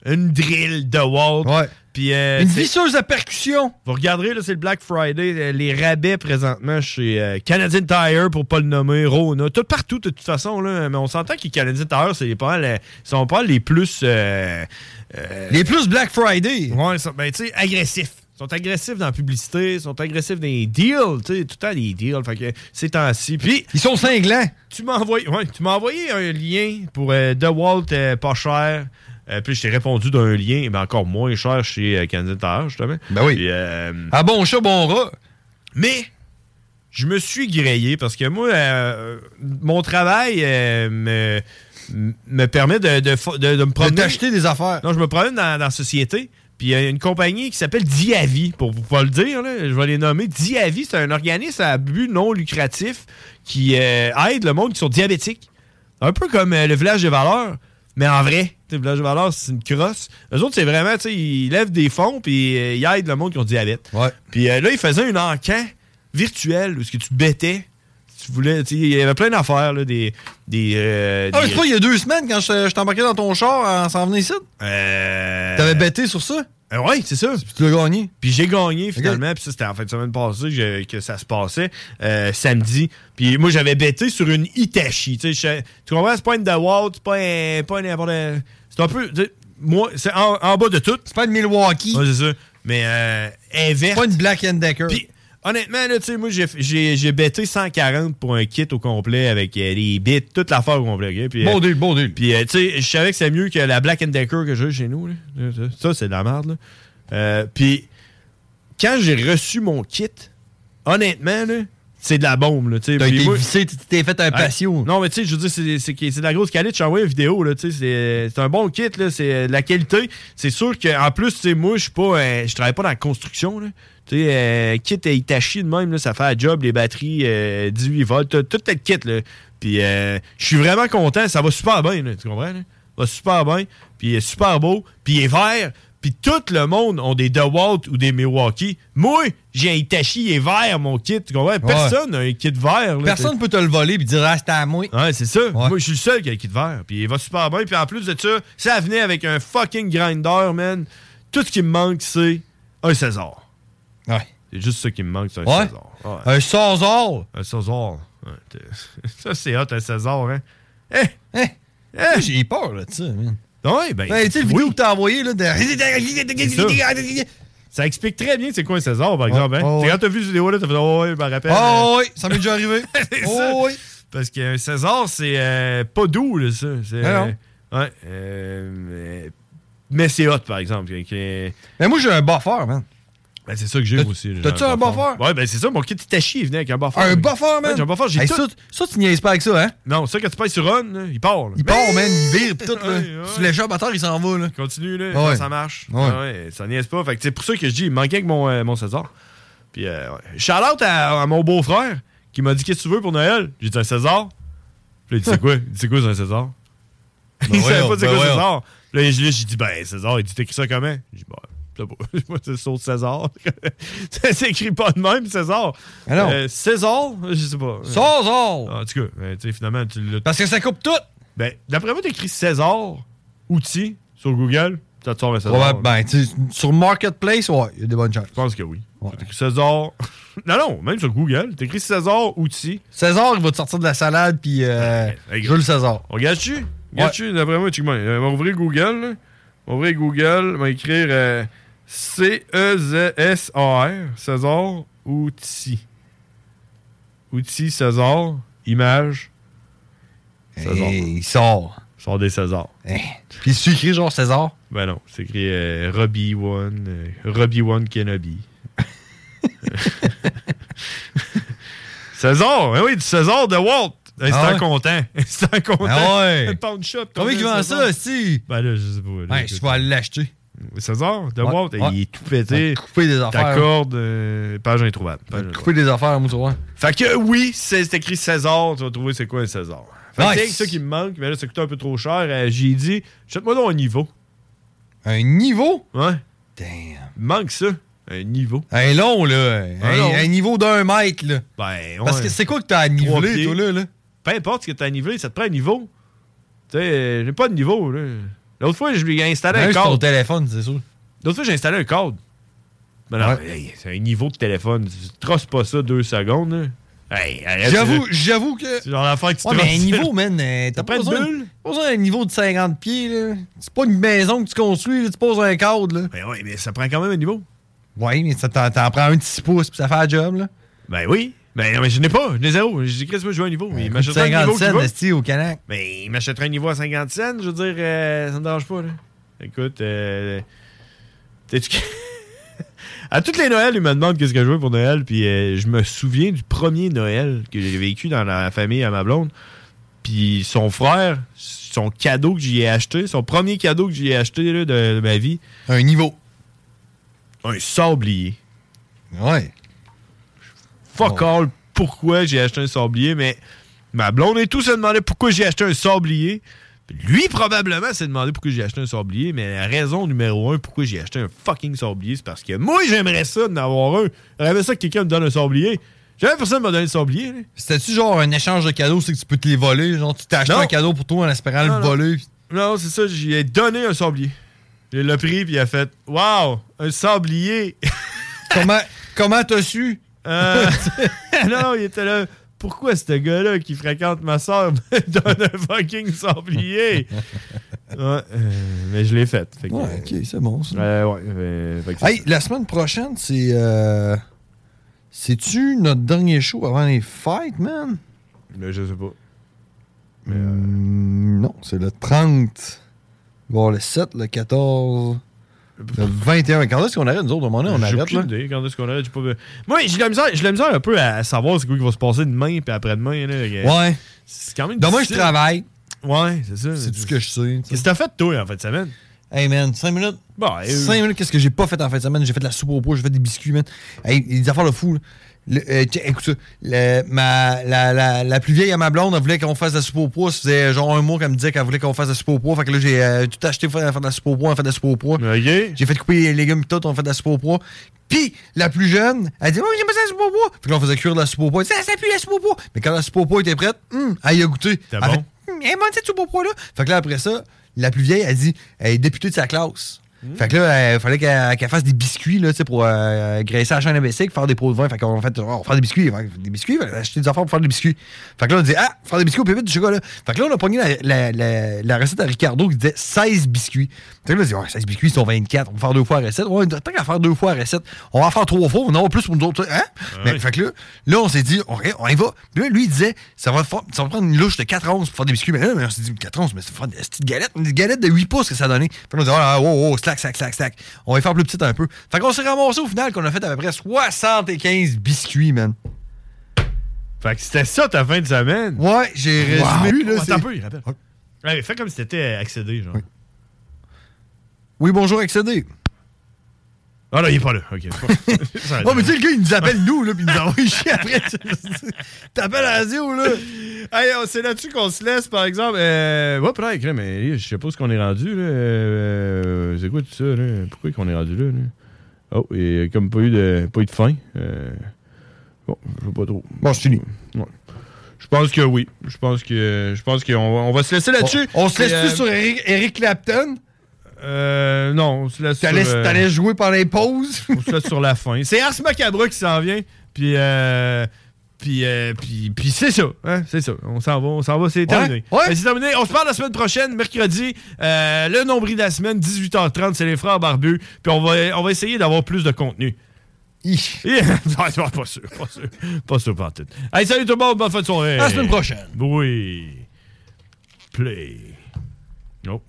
D: Une drill de Walt. Puis, euh,
G: Une
D: c'est-
G: visseuse à percussion.
D: Vous regarderez, là, c'est le Black Friday, euh, les rabais présentement chez euh, Canadian Tire, pour pas le nommer, Rona, tout partout, de toute façon, là, mais on s'entend que Canadian Tire, c'est pas mal, euh, sont pas mal les plus... euh, les plus Black Friday! Ouais, ils sont, ben, tu sais, agressifs. Ils sont agressifs dans la publicité, ils sont agressifs dans les deals, tu sais, tout le temps des deals, fait que c'est temps-ci, puis... Ils sont cinglants! Tu m'as envoyé, ouais, tu m'as envoyé un lien pour euh, DeWalt euh, pas cher... Euh, puis je t'ai répondu d'un lien, mais encore moins cher chez euh, Canadian Tire, justement. Ben oui. à bon chat, bon rat. Mais je me suis grillé parce que moi, euh, mon travail euh, me, me permet de, de, fo- de- de me promener.
G: t'acheter
D: des affaires. Non, je me promène dans, dans la société. Puis il y a une compagnie qui s'appelle Diavi, pour ne pas le dire, là, je vais les nommer. Diavi, c'est un organisme à but non lucratif qui euh, aide le monde qui sont diabétiques. Un peu comme euh, le village des valeurs, mais en vrai. Tu sais, Le village des valeurs, c'est une crosse. Eux autres, c'est vraiment, tu sais, ils lèvent des fonds puis euh, ils aident le monde qui ont diabète. Puis euh, là, ils faisaient une enquête virtuelle où ce que tu bêtais. Tu voulais, tu sais, il y avait plein d'affaires, là, des. des, euh,
G: Ah,
D: des-
G: mais c'est pas il y a deux semaines quand je, je t'embarquais dans ton char en s'en venant ici?
D: Euh,
G: T'avais bêté sur ça?
D: euh, ouais, c'est ça. Puis tu l'as gagné. Puis j'ai gagné finalement. Puis ça, c'était en fin de semaine passée que, j'ai- que ça se passait, euh, samedi. Puis moi, j'avais bêté sur une Hitachi. Tu, sais, je- tu comprends? C'est pas une DeWalt, c'est pas un. Pas un n'importe- c'est un peu. tu sais, Moi, c'est en, en bas de tout. C'est pas une Milwaukee. Ouais, c'est ça. Mais euh, elle est verte.
G: Pas une Black and Decker.
D: Puis, honnêtement, là, tu sais, moi, j'ai- j'ai j'ai bêté 140 pour un kit au complet avec euh, les bits, toute l'affaire au complet. ok? Puis,
G: Bon
D: deal, bon deal. Puis, euh, tu sais, je savais que c'est mieux que la Black and Decker que j'ai chez nous. là. Ça, c'est de la merde, là. Euh, puis, quand j'ai reçu mon kit, honnêtement, là, c'est de la bombe. là, tu sais.
G: T'as
D: Puis
G: été
D: moi-
G: vissé, tu t'es fait un
D: Ouais.
G: patio.
D: Non, mais tu sais, je veux dire, c'est- c'est que- c'est de la grosse qualité. Je t'ai envoyé une vidéo, là, tu sais, c'est c'est un bon kit, là, c'est euh, de la qualité. C'est sûr qu'en plus, tu sais, moi, je suis pas, euh, je travaille pas dans la construction, là. Tu sais, euh, kit à Hitachi de même, là, ça fait un job, les batteries euh, 18 volts, tout tout le kit, là. Puis euh, je suis vraiment content, ça va super bien, là, tu comprends, là? Ça va super bien, puis il est super beau, puis il est vert, puis tout le monde ont des DeWalt ou des Milwaukee. Moi, j'ai un Hitachi, il est vert, mon kit, tu comprends? Personne n'a un kit vert, là.
G: Personne peut te le voler et dire Ah, c'était à moi.
D: Ouais, c'est ça. Moi, je suis le seul qui a un kit vert. Puis il va super bien. Puis en plus de ça, ça venait avec un fucking grinder, man. Tout ce qui me manque, c'est un César.
G: Ouais.
D: C'est juste ça qui me manque, c'est un
G: Ouais. Euh.
D: César.
G: Un César.
D: Un César. Ouais, t'es- (laughs) ça, c'est hot, un César, hein. Eh!
G: Eh! J'ai peur, là, tu sais, man.
D: Ouais, ben.
G: Ben, tu sais, le vidéo que t'as envoyé, là, de.
D: C'est Ça explique très bien c'est quoi un César, par exemple. hein. C'est quand t'as vu cette vidéo-là, t'as fait Oh, ouais, je me rappelle.
G: Oh, oui, ça m'est déjà
D: (laughs)
G: arrivé. Oh, oui.
D: Parce qu'un César, c'est euh, pas doux, là, ça. C'est,
G: Ah non.
D: euh, ouais, euh, mais, mais c'est hot, par exemple. que- que-
G: Mais moi, j'ai un buffer, man.
D: ben, c'est ça que j'ai
G: T'as-
D: aussi. là,
G: t'as-tu
D: j'ai
G: un buffer?
D: Ouais, ben c'est ça, mon kit Hitachi, il venait avec un buffer.
G: Un
D: Ah, Oui.
G: buffer, man.
D: Ouais, j'ai un buffer, j'ai
G: Hey,
D: tout.
G: ça, ça, tu niaises pas avec ça, hein?
D: Non, ça, quand tu passes sur Run, là, Ben, il part.
G: Il part, man, il vire, pis tout, là. Tu l'échappes à terre, il s'en va, là.
D: Continue, là,
G: Ouais.
D: quand ça marche.
G: Ouais.
D: Ah ouais, ça niaise pas. Fait que c'est pour ça que je dis, il manquait avec mon, euh, mon César. Puis, euh, ouais. shout out à, à mon beau-frère qui m'a dit Qu'est-ce que tu veux pour Noël J'ai dit un César. Puis là, il dit C'est quoi Il dit, C'est quoi c'est un César Il savait
G: voyons,
D: pas
G: (laughs)
D: c'est
G: ben
D: quoi
G: voyons.
D: César. Là, je- là, j'ai dit Ben, César, il dit T'écris ça comment J'ai dit Ben, je sais pas. (laughs) Moi, c'est saut César. (laughs) ça s'écrit pas de même, César.
G: Alors?
D: Euh, César Je sais pas.
G: César
D: En tout cas, euh, tu sais, finalement, tu l'as.
G: Parce que ça coupe tout
D: Ben, d'après moi, t'écris César, outil, sur Google, ça te sort un César.
G: Ouais, ben, tu sais, sur Marketplace, ouais, il y a des bonnes chances. Je
D: pense que oui. T'écris César. (laughs) non, non, même sur Google. T'écris César outil.
G: César, il va te sortir de la salade, puis euh, Jules César.
D: On gâche-tu? Gâche-tu? D'après moi, tu euh, on va ouvrir Google. là. On va ouvrir Google. On va écrire euh, E C-E-Z-S-A-R. César outil. Outil César. Image. César.
G: il sort.
D: Sort des Césars.
G: Puis c'est écrit genre César.
D: Ben non, c'est écrit euh, Robbie One, euh, Robbie One Kenobi. (laughs) César, ben oui, du César de Walt. Hey, c'est
G: Ah
D: un
G: ouais?
D: content. (laughs) C'est un content.
G: Ah ouais.
D: Le pound shop.
G: Combien il vend ça, si?
D: Ben là, je sais pas. là,
G: Ouais,
D: écoute.
G: je vais aller l'acheter.
D: César de
G: Ouais,
D: Walt,
G: ouais.
D: il est tout
G: Va
D: pété.
G: te couper des
D: Ta
G: affaires.
D: corde, euh, page introuvable. Page
G: Couper des affaires, moi, tu vois.
D: fait que oui, c'est c'est écrit César, tu vas trouver c'est quoi un César. Fait que
G: Nice.
D: c'est ça qui me manque, mais là, ça coûte un peu trop cher. Euh, J'ai dit, jette-moi donc un niveau.
G: Un niveau?
D: Ouais. Damn. Manque ça, un niveau.
G: Un long, là. Un,
D: long.
G: un niveau d'un mètre, là.
D: Ben,
G: Parce que c'est quoi que t'as à niveler, toi, là?
D: Peu importe ce que t'as à niveler, ça te prend un niveau. Tu sais, euh, j'ai pas de niveau, là. L'autre fois, je lui ai installé
G: Même
D: un
G: sur ton
D: code.
G: téléphone, c'est sûr.
D: L'autre fois, j'ai installé un code. Mais non,
G: Ouais.
D: hey, c'est un niveau de téléphone. Tu trosses pas ça deux secondes, là. Hey, arrête,
G: J'avoue,
D: Eh, tu-
G: j'avoue que.
D: C'est genre l'affaire que tu
G: Ouais,
D: trosses.
G: mais un niveau, man, euh, t'as pas
D: prend une
G: besoin,
D: bulle?
G: pas besoin d'un niveau de 50 pieds, là. C'est pas une maison que tu construis, là, tu poses un cadre, là.
D: (laughs) Ben ouais, mais ça prend quand même un niveau.
G: Ouais, mais ça t'en, t'en prends un petit 6 pouces, puis ça fait un job, là.
D: Ben oui. Ben, non, mais je n'ai pas, je n'ai zéro. J'ai dit, Chris, moi, je veux un niveau.
G: Ben,
D: Mais il m'achètera un
G: 50
D: niveau qu'il
G: cents,
D: veut.
G: esti, au Canac.
D: Mais il m'achèterait un niveau à 50 cents, je veux dire, euh, ça me dérange pas, là. Écoute, euh, t'es-tu- (laughs) à toutes les Noëls, il me demande qu'est-ce que je veux pour Noël, puis euh, je me souviens du premier Noël que j'ai vécu dans la famille à ma blonde, puis son frère, son cadeau que j'y ai acheté, son premier cadeau que j'y ai acheté là, de, de ma vie.
G: Un niveau.
D: Un sablier.
G: Ouais.
D: Fuck all, pourquoi j'ai acheté un sablier, mais ma blonde et tout se demandaient pourquoi j'ai acheté un sablier. Lui, probablement, s'est demandé pourquoi j'ai acheté un sablier, mais la raison numéro un pourquoi j'ai acheté un fucking sablier, c'est parce que moi, j'aimerais ça d'en avoir un. J'aimerais ça que quelqu'un me donne un sablier. Jamais personne m'a donné de sablier. là.
G: C'était-tu genre un échange de cadeaux, c'est que tu peux te les voler? Genre, tu t'achètes
D: Non.
G: un cadeau pour toi en espérant
D: Non,
G: le
D: non.
G: voler. puis-
D: Non, c'est ça, j'y ai donné un sablier. Il l'a pris, puis il a fait Waouh, un sablier
G: Comment comment t'as su
D: Euh, Non, il était là. Pourquoi ce gars-là qui fréquente ma soeur (laughs) me donne un
G: (laughs)
D: fucking sablier Ouais, euh, mais je l'ai fait. fait que,
G: Ouais, ok, c'est bon ça.
D: Euh, ouais, euh, fait que c'est
G: Hey,
D: ça.
G: la semaine prochaine, c'est. euh, C'est-tu notre dernier show avant les fêtes, man?
D: Mais je sais pas.
G: Euh, Hmm, non, c'est le 30. Bon, le 7, le 14, Le 21. Quand est-ce qu'on arrête, nous autres? À un moment donné, on
D: J'ai
G: arrête,
D: aucune
G: là.
D: idée quand est-ce qu'on arrête, j'ai pas... Moi, j'ai de la misère, j'ai de la misère un peu à savoir ce qui va se passer demain puis après-demain.
G: Ouais.
D: C'est quand même
G: Demain, je
D: difficile.
G: travaille.
D: Ouais, c'est ça. C'est tout ce
G: que je sais.
D: Qu'est-ce que t'as fait, toi, en fin de semaine?
G: Hey man, 5 minutes.
D: Bon,
G: 5 minutes, qu'est-ce que j'ai pas fait en fin de semaine? J'ai fait de la soupe au poids, j'ai fait des biscuits, man. Hey, des affaires de fou, là. Le- euh, tiens, écoute ça. Le- ma, la, la- la plus vieille à ma blonde, elle voulait qu'on fasse de la soupe au poids. Ça faisait genre un mois qu'elle me disait qu'elle voulait qu'on fasse de la soupe au poids. Fait que là, j'ai euh, tout acheté pour faire de la soupe au poids, on fait de la soupe au poids. J'ai fait couper les légumes et tout, on fait de la soupe au poids. Puis, la plus jeune, elle dit, oh, j'aime pas ça, la soupe au poids. Fait que là, on faisait cuire de la soupe au poids. Ah, Ça, ça pue la soupe au poids. Mais quand la soupe au poids était prête, hum, elle y a goûté. Elle fait, Hum, Elle est bonne cette soupe au poids-là. Fait que là, après ça, la plus vieille, elle dit elle est députée de sa classe. Fait que là, il fallait qu'elle qu'elle fasse des biscuits là, tu sais, pour euh, graisser la chaîne ABC, faire des pots de vin. Fait qu'on fait, on va faire des biscuits. Fait que des biscuits, fallait acheter des affaires pour faire des biscuits. Fait que là, on dit, ah, faire des biscuits au pépite du chocolat. Fait que là, on a pogné la, la- la- la recette à Ricardo qui disait 16 biscuits. Fait que là, on dit, ouais, 16 biscuits, ils sont 24. On va faire deux fois la recette. Ouais, tant qu'à faire deux fois la recette, on va en faire trois fois. On en aura plus pour nous autres. Hein? Mais, fait que là, là, on s'est dit, OK, on y va. Puis là, lui, il disait, ça va, fa- ça va prendre une louche de 4 onces pour faire des biscuits. Mais là, on s'est dit, 4 onces, mais ça va faire des petites galettes, une galette de 8 pouces que ça donnait. Puis là, on a dit, ah, oh, oh, slack, slack, slack, slack. On va y faire plus petite un peu. Fait qu'on s'est ramassé au final qu'on a fait à peu près 75 biscuits, man.
D: Fait que c'était ça ta fin de semaine.
G: Ouais, j'ai résumé. Lui, là, c'est-
D: Attends un peu, il rappelle. Ouais, mais fais comme si t'étais accédé, genre.
G: Oui, bonjour, accédé.
D: Ah là, il est pas là. Ok. (laughs)
G: Oh, mais tu sais, le gars, il nous appelle nous, là, puis il nous envoie chier après.
D: (laughs)
G: T'appelles à la radio, là.
D: Hey, oh, c'est là-dessus qu'on se laisse, par exemple. Euh... Ouais, peut-être, là, mais je sais pas ce qu'on est rendu, là. Euh, C'est quoi tout ça, là? Pourquoi qu'on est rendu là, là? Oh, et comme pas eu de, pas eu de fin. euh, Bon, je vois pas trop.
G: Bon, c'est fini.
D: Ouais. Je pense que oui. Je pense que je pense qu'on va, on va se laisser là-dessus.
G: On, on se laisse-tu
D: Et, euh,
G: sur Eric, Eric Clapton?
D: Euh, non, on se laisse
G: T'allais-
D: sur... euh,
G: t'allais jouer pendant les pauses?
D: on se laisse sur la fin. C'est Ars Macabre qui s'en vient, puis... euh, puis, euh, puis, puis c'est ça, hein, c'est ça. On s'en va, on s'en va, c'est terminé. Mais C'est terminé. On se parle la semaine prochaine, mercredi. euh, le nombril de la semaine, 18h30, c'est les frères barbus. Puis on va, on va essayer d'avoir plus de contenu.
G: Hi.
D: (laughs) pas sûr, pas sûr, pas sûr, pas tout. Hey, salut tout le monde, bonne fin de soirée.
G: À la semaine prochaine.
D: Oui. Play. Oh.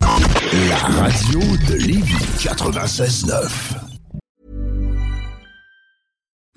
B: La radio de Lévis 96.9.